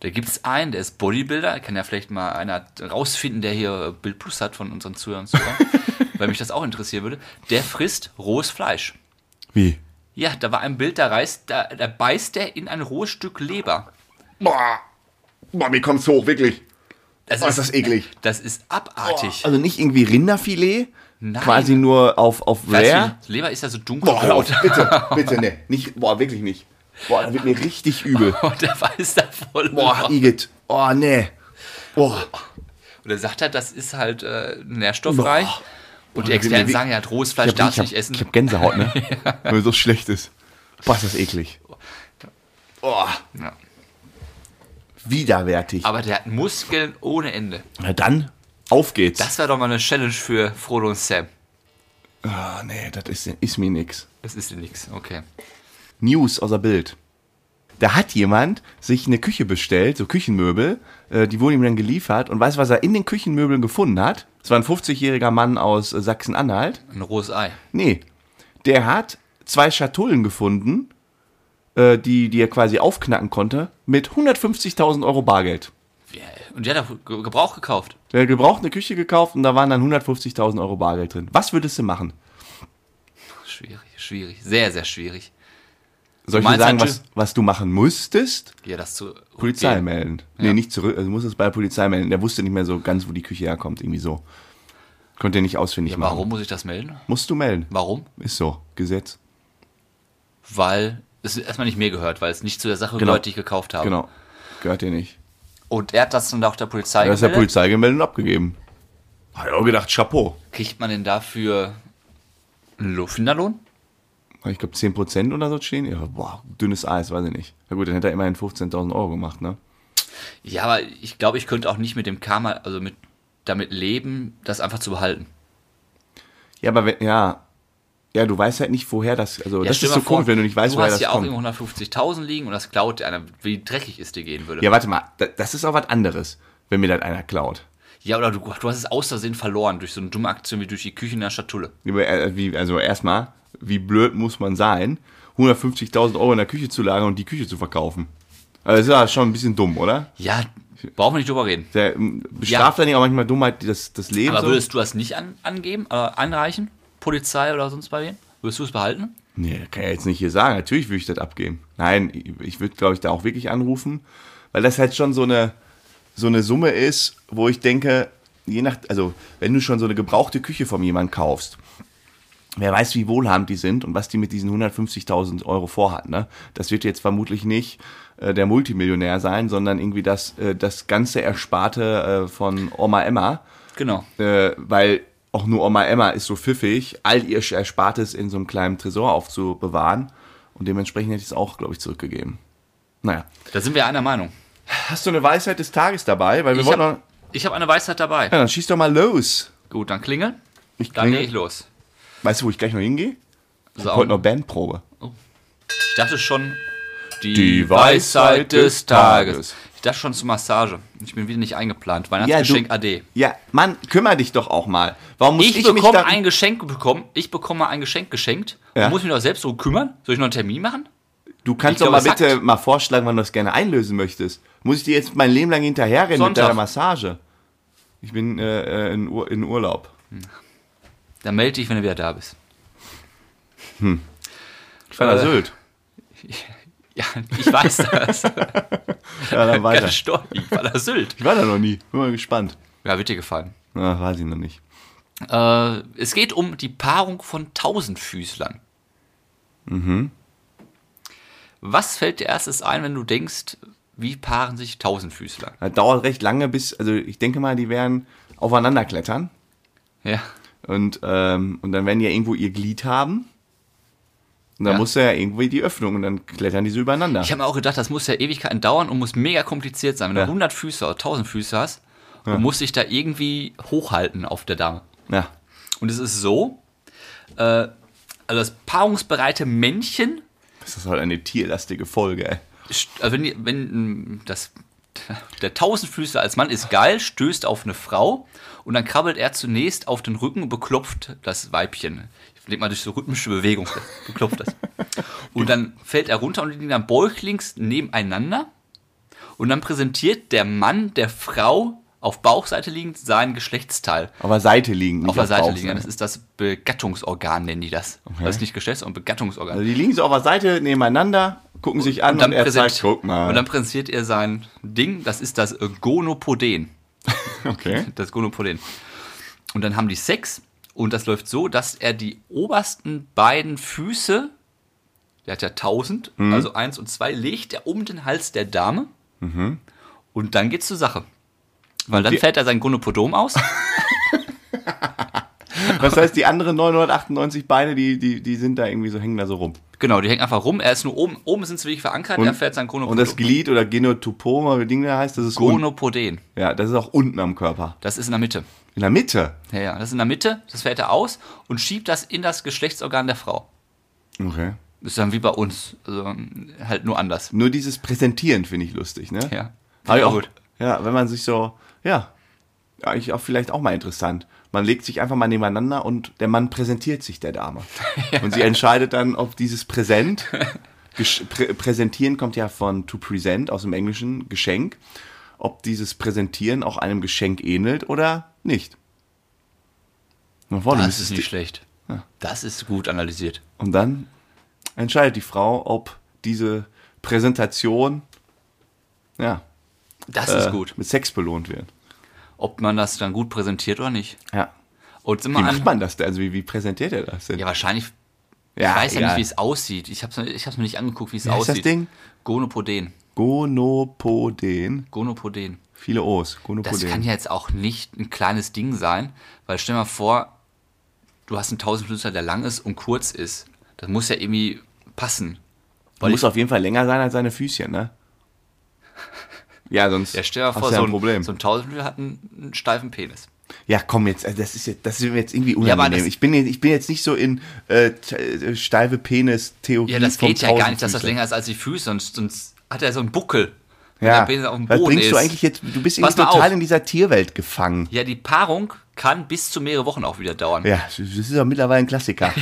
S2: Da gibt es einen, der ist Bodybuilder. Kann ja vielleicht mal einer rausfinden, der hier äh, Bild Plus hat von unseren Zuhörern.
S1: (laughs)
S2: und Zuhörern weil mich das auch interessieren würde. Der frisst rohes Fleisch.
S1: Wie?
S2: Ja, da war ein Bild, da, reißt, da, da beißt er in ein rohes Stück Leber.
S1: Boah. Boah, mir kommt's hoch, wirklich.
S2: Das
S1: Oh, ist das eklig.
S2: Das ist abartig.
S1: Also nicht irgendwie Rinderfilet,
S2: Nein.
S1: quasi nur auf, auf
S2: Weißt du,
S1: Rare.
S2: die Leber ist ja so
S1: Boah, hör auf,
S2: dunkelrot.
S1: bitte, bitte, ne. Nicht, boah, wirklich nicht. Boah, da wird mir richtig übel.
S2: (laughs) Und der weiß da voll.
S1: Boah, Igitt. Oh, nee. Boah.
S2: Und er sagt halt, das ist halt äh, nährstoffreich.
S1: Boah.
S2: Und die Experten sagen ja, rohes Fleisch darfst du nicht essen.
S1: Ich hab Gänsehaut, ne?
S2: (laughs)
S1: Weil mir so schlecht ist. Boah, ist das eklig. Boah,
S2: ja.
S1: widerwärtig.
S2: Aber der hat Muskeln ohne Ende.
S1: Na dann, auf geht's.
S2: Das wäre doch mal eine Challenge für Frodo und Sam.
S1: Ah, nee, das ist, ist mir nix.
S2: Das ist ja nix. Okay.
S1: News außer Bild. Da hat jemand sich eine Küche bestellt, so Küchenmöbel, äh, die wurden ihm dann geliefert und weiß, was er in den Küchenmöbeln gefunden hat. Das war ein 50-jähriger Mann aus äh, Sachsen-Anhalt.
S2: Ein rohes Ei.
S1: Nee, der hat zwei Schatullen gefunden, äh, die, die er quasi aufknacken konnte, mit 150.000 Euro Bargeld.
S2: Ja, Und der hat auch Ge- Gebrauch gekauft.
S1: Der hat gebraucht eine Küche gekauft und da waren dann 150.000 Euro Bargeld drin. Was würdest du machen?
S2: Schwierig, schwierig. Sehr, sehr schwierig.
S1: Soll ich dir
S2: meinst
S1: sagen,
S2: natürlich-
S1: was, was du machen müsstest?
S2: Ja, das zu.
S1: Polizei
S2: Okay.
S1: melden. Nee, nicht zurück. Also muss es bei der Polizei melden. Der wusste nicht mehr so ganz, wo die Küche herkommt. Irgendwie so. Konnte er nicht ausfindig machen.
S2: Warum muss ich das melden?
S1: Musst du melden.
S2: Warum?
S1: Ist so. Gesetz.
S2: Weil es erstmal nicht mir gehört, weil es nicht zu der Sache
S1: Genau.
S2: gehört, die ich gekauft habe.
S1: Genau. Gehört dir nicht.
S2: Und er hat das dann auch der Polizei
S1: Er ist der
S2: gemeldet.
S1: Polizei gemeldet und abgegeben. Hat er auch gedacht, Chapeau.
S2: Kriegt man denn dafür einen Lo- Finderlohn?
S1: Ich glaube, 10% oder so stehen. Ja, boah, dünnes Eis, weiß ich nicht. Na gut, dann hätte er immerhin 15.000 Euro gemacht, ne?
S2: Ja, aber ich glaube, ich könnte auch nicht mit dem Karma, also mit damit leben, das einfach zu behalten.
S1: Ja, aber wenn, ja. Ja, du weißt halt nicht, woher das. Also, das
S2: stell
S1: ist
S2: mal
S1: so komisch, wenn du nicht weißt,
S2: du
S1: woher
S2: hast
S1: das
S2: ja auch
S1: kommt.
S2: irgendwo 150.000 liegen und das klaut dir einer, wie dreckig es dir gehen würde.
S1: Ja, warte mal, da- das ist auch was anderes, wenn mir das einer klaut.
S2: Ja, oder du, du hast es aus Versehen verloren durch so eine dumme Aktion wie durch die Küche in der Schatulle.
S1: Über- äh, Wie, also erstmal, wie blöd muss man sein, 150.000 Euro in der Küche zu lagern und die Küche zu verkaufen? Also das ist ja schon ein bisschen dumm, oder?
S2: Ja, brauchen wir nicht drüber reden.
S1: Der ähm, bestraft dann ja auch manchmal Dummheit das, das Leben.
S2: Aber
S1: so.
S2: würdest du das nicht an, angeben, äh, anreichen? Polizei oder sonst bei wem? Würdest du es behalten?
S1: Nee, kann ich jetzt nicht hier sagen. Natürlich würde ich das abgeben. Nein, ich- ich würde, glaube ich, da auch wirklich anrufen, weil das halt schon so eine, so eine Summe ist, wo ich denke, je nach, also wenn du schon so eine gebrauchte Küche von jemandem kaufst, wer weiß, wie wohlhabend die sind und was die mit diesen 150.000 Euro vorhatten. Ne? Das wird jetzt vermutlich nicht äh, der Multimillionär sein, sondern irgendwie das, äh, das ganze Ersparte äh, von Oma Emma
S2: Genau.
S1: äh, weil auch nur Oma Emma ist so pfiffig, all ihr Erspartes in so einem kleinen Tresor aufzubewahren. Und dementsprechend hätte ich es auch, glaube ich, zurückgegeben. Naja.
S2: Da sind wir einer Meinung.
S1: Hast du eine Weisheit des Tages dabei? Weil wir
S2: Ich
S1: wollten noch.
S2: habe hab eine Weisheit dabei.
S1: Ja, dann schieß doch mal los.
S2: Gut, dann klingeln.
S1: Ich
S2: Dann gehe
S1: klingel-
S2: ich los.
S1: Weißt du, wo ich gleich noch hingehe? Ich
S2: So,
S1: habe heute noch Bandprobe.
S2: ich dachte schon, die,
S1: Die Weisheit
S2: Weisheit
S1: des
S2: des Tages.
S1: Tages.
S2: Ich dachte schon zur Massage. Ich bin wieder nicht eingeplant. Weihnachtsgeschenk AD.
S1: Ja, Mann, kümmere dich doch auch mal. Warum muss ich,
S2: Ich,
S1: mich
S2: bekomme
S1: da.
S2: ein Geschenk bekommen. Ich bekomme ein Geschenk geschenkt.
S1: Ja.
S2: Und muss mich doch selbst so kümmern. Soll ich noch einen Termin machen?
S1: Du kannst doch
S2: Ich glaub,
S1: mal
S2: es
S1: bitte
S2: hackt.
S1: mal vorschlagen, wann du das gerne einlösen möchtest. Muss ich dir jetzt mein Leben lang hinterherrennen mit
S2: Sonntag.
S1: deiner Massage? Ich bin äh, äh, in, Ur in Urlaub.
S2: Dann melde dich, wenn du wieder da bist. (laughs)
S1: Ich war
S2: Äh,
S1: in Sylt.
S2: Ja, ich weiß das.
S1: Ja, (laughs) dann (laughs) weiter.
S2: Ganz stolz. Ich war da Sylt.
S1: Ich war da noch nie. Bin mal gespannt.
S2: Ja, wird dir gefallen.
S1: Na, weiß ich noch nicht.
S2: Äh, es geht um die Paarung von Tausendfüßlern.
S1: Mhm.
S2: Was fällt dir erstes ein, wenn du denkst, wie paaren sich Tausendfüßler?
S1: Das dauert recht lange, bis, also ich denke mal, die werden aufeinander klettern
S2: Ja.
S1: und, ähm, und dann werden die ja irgendwo ihr Glied haben. Und dann
S2: Ja.
S1: muss ja irgendwie die Öffnung und dann klettern die so übereinander.
S2: Ich habe mir auch gedacht, das muss ja Ewigkeiten dauern und muss mega kompliziert sein. Wenn
S1: Ja.
S2: du 100 Füße oder 1000 Füße hast und musst dich da irgendwie hochhalten auf der Dame.
S1: Ja.
S2: Und es ist so, äh, also das paarungsbereite Männchen
S1: Das ist halt eine tierlastige Folge, ey.
S2: st- also wenn, die- wenn mm, das, (laughs) der Tausendfüßler als Mann ist geil, stößt auf eine Frau und dann krabbelt er zunächst auf den Rücken und beklopft das Weibchen. Ich denke mal durch so rhythmische Bewegung beklopft das. Und dann fällt er runter und die liegen dann bäuchlings nebeneinander und dann präsentiert der Mann der Frau auf Bauchseite liegend sein Geschlechtsteil.
S1: Auf der Seite liegen. nicht
S2: Auf der Seite
S1: Bauch,
S2: liegen,
S1: ne?
S2: das ist das Begattungsorgan, nennen die das. Das ist nicht Geschlechts- und Begattungsorgan.
S1: Also die liegen so auf der Seite nebeneinander, gucken sich an und,
S2: dann,
S1: er
S2: präsent,
S1: zeigt, guck mal.
S2: und dann präsentiert er sein Ding, das ist das äh, Gonopoden.
S1: okay.
S2: Das Gonopoden. Und dann haben die Sex und das läuft so, dass er die obersten beiden Füße, der hat ja 1000,
S1: Mhm.
S2: also eins und zwei, legt er um den Hals der Dame und dann geht's zur Sache. Weil dann
S1: Mhm. die-
S2: fährt er sein
S1: (laughs)
S2: Gonopodom aus.
S1: Das heißt, die anderen 998 Beine, die, die, die sind da irgendwie so, hängen da so rum.
S2: genau, die hängen einfach rum. Er ist nur oben, oben sind sie wirklich verankert, er fährt sein Gonopodom.
S1: Und das Glied oder Genotopoma, wie Ding da heißt, das ist unten.
S2: Gonopoden.
S1: Ja, das ist auch unten am Körper.
S2: Das ist in der Mitte.
S1: In der Mitte.
S2: Ja, ja, das ist in der Mitte, das fährt er aus und schiebt das in das Geschlechtsorgan der Frau.
S1: Okay.
S2: Ist dann wie bei uns, also ähm, halt nur anders.
S1: Nur dieses Präsentieren finde ich lustig, ne?
S2: Ja.
S1: Hab ich auch,
S2: Gut.
S1: Ja, wenn man sich so, ja, ja, ich auch vielleicht auch mal interessant. Man legt sich einfach mal nebeneinander und der Mann präsentiert sich der
S2: (laughs)
S1: Dame. Und sie entscheidet dann, ob dieses Präsent, gesch- prä präsentieren kommt ja von to present aus dem Englischen, Geschenk, ob dieses Präsentieren auch einem Geschenk ähnelt oder nicht. Na, boah, du
S2: Oh, Das
S1: müsstest
S2: ist
S1: die-
S2: nicht schlecht. Das ist gut analysiert.
S1: Und dann entscheidet die Frau, ob diese Präsentation ja,
S2: Das
S1: äh,
S2: ist gut.
S1: mit Sex belohnt wird.
S2: Ob man das dann gut präsentiert oder nicht.
S1: Ja.
S2: Und sind
S1: Wie
S2: wir
S1: macht
S2: an.
S1: man das denn? Also wie, wie präsentiert er das denn?
S2: Ja, wahrscheinlich.
S1: Ja,
S2: ich weiß ja
S1: egal.
S2: nicht, wie es aussieht. Ich hab's, ich hab's mir nicht angeguckt, wie es
S1: Wie heißt das
S2: aussieht.
S1: Ding?
S2: Gonopoden.
S1: Gonopoden.
S2: Gonopoden.
S1: Viele O's.
S2: Das
S1: Gonopoden.
S2: kann ja jetzt auch nicht ein kleines Ding sein, weil stell mal vor, du hast einen Tausendflüster, der lang ist und kurz ist. Das muss ja irgendwie passen. weil
S1: Muss auf jeden Fall länger sein als seine Füßchen, ne? Ja, sonst
S2: Ja, stell dir mal
S1: hast
S2: vor,
S1: du ja
S2: so
S1: ein
S2: ein,
S1: Problem.
S2: so ein Tausendflügel hat einen, einen steifen Penis.
S1: Ja, komm jetzt, also das ist jetzt, das ist mir jetzt irgendwie
S2: aber
S1: unangenehm.
S2: das-
S1: ich, bin, jetzt- ich bin jetzt nicht so in äh, t- äh, steife Penis-Theorie.
S2: Ja, das
S1: vom
S2: geht ja gar nicht, dass das
S1: Tausendfüßler.
S2: länger ist als die Füße, sonst, sonst hat er so einen Buckel. wenn
S1: ja.
S2: der Penis auf dem
S1: Was
S2: Boden
S1: bringst
S2: ist.
S1: du eigentlich jetzt? Du bist
S2: Pass
S1: irgendwie
S2: mal
S1: total
S2: auf.
S1: in dieser Tierwelt gefangen.
S2: Ja, die Paarung kann bis zu mehrere Wochen auch wieder dauern.
S1: Ja, das ist ja mittlerweile ein
S2: (laughs)
S1: Klassiker.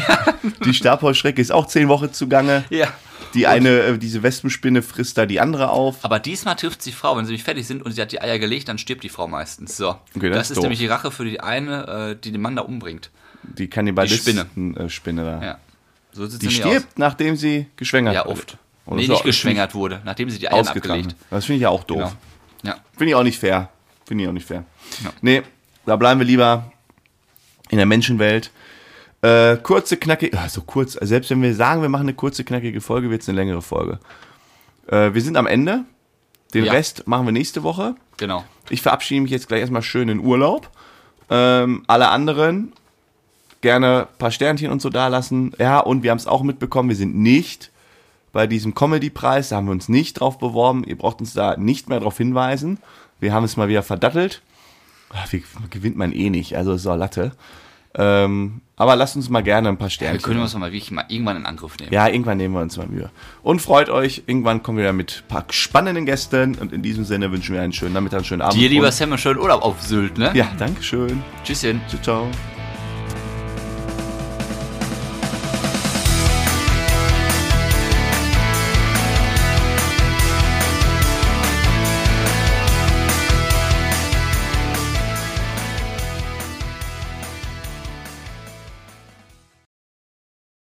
S1: Die Stabheuschrecke ist auch zehn Wochen zugange.
S2: Ja.
S1: Die eine, äh, diese Wespenspinne frisst da die andere auf.
S2: Aber diesmal trifft die Frau, wenn sie nicht fertig sind und sie hat die Eier gelegt, dann stirbt die Frau meistens. So.
S1: Okay, das
S2: das,
S1: ist
S2: ist
S1: doof.
S2: nämlich die Rache für die eine, äh, die den Mann da umbringt.
S1: Die Kannibalisten äh, Spinne da.
S2: Ja. So sieht
S1: Die stirbt, nachdem sie geschwängert
S2: Aus. Ja,
S1: wurde.
S2: oft.
S1: Oder
S2: nee,
S1: so,
S2: nicht geschwängert wurde, nachdem sie die Eier
S1: Ausgetragen.
S2: abgelegt.
S1: Das finde ich ja auch doof.
S2: Ja. ja.
S1: Finde ich auch nicht fair. Finde ich auch nicht fair.
S2: Ja.
S1: Nee, da bleiben wir lieber in der Menschenwelt. Äh, kurze, knackige, also kurz, selbst wenn wir sagen, wir machen eine kurze, knackige Folge, wird es eine längere Folge. Äh, wir sind am Ende. Den
S2: Ja.
S1: Rest machen wir nächste Woche.
S2: Genau.
S1: Ich verabschiede mich jetzt gleich erstmal schön in Urlaub. Ähm, alle anderen gerne ein paar Sternchen und so dalassen. Ja, und wir haben es auch mitbekommen, wir sind nicht bei diesem Comedy-Preis, da haben wir uns nicht drauf beworben. Ihr braucht uns da nicht mehr drauf hinweisen. Wir haben es mal wieder verdattelt. Ach, wie gewinnt man eh nicht, also ist auch Latte. Ähm, aber lasst uns mal gerne ein paar
S2: Wir
S1: Sternchen.
S2: können uns mal wirklich mal irgendwann in Angriff nehmen.
S1: genau. Ja, irgendwann nehmen wir uns mal Mühe. Und freut euch, irgendwann kommen wir wieder mit ein paar spannenden Gästen. Und in diesem Sinne wünschen wir einen schönen Nachmittag, einen schönen Abend.
S2: Dir, lieber
S1: und,
S2: Sam, einen schönen Urlaub auf Sylt, ne?
S1: Ja, Dankeschön.
S2: Tschüsschen.
S1: Ciao, ciao.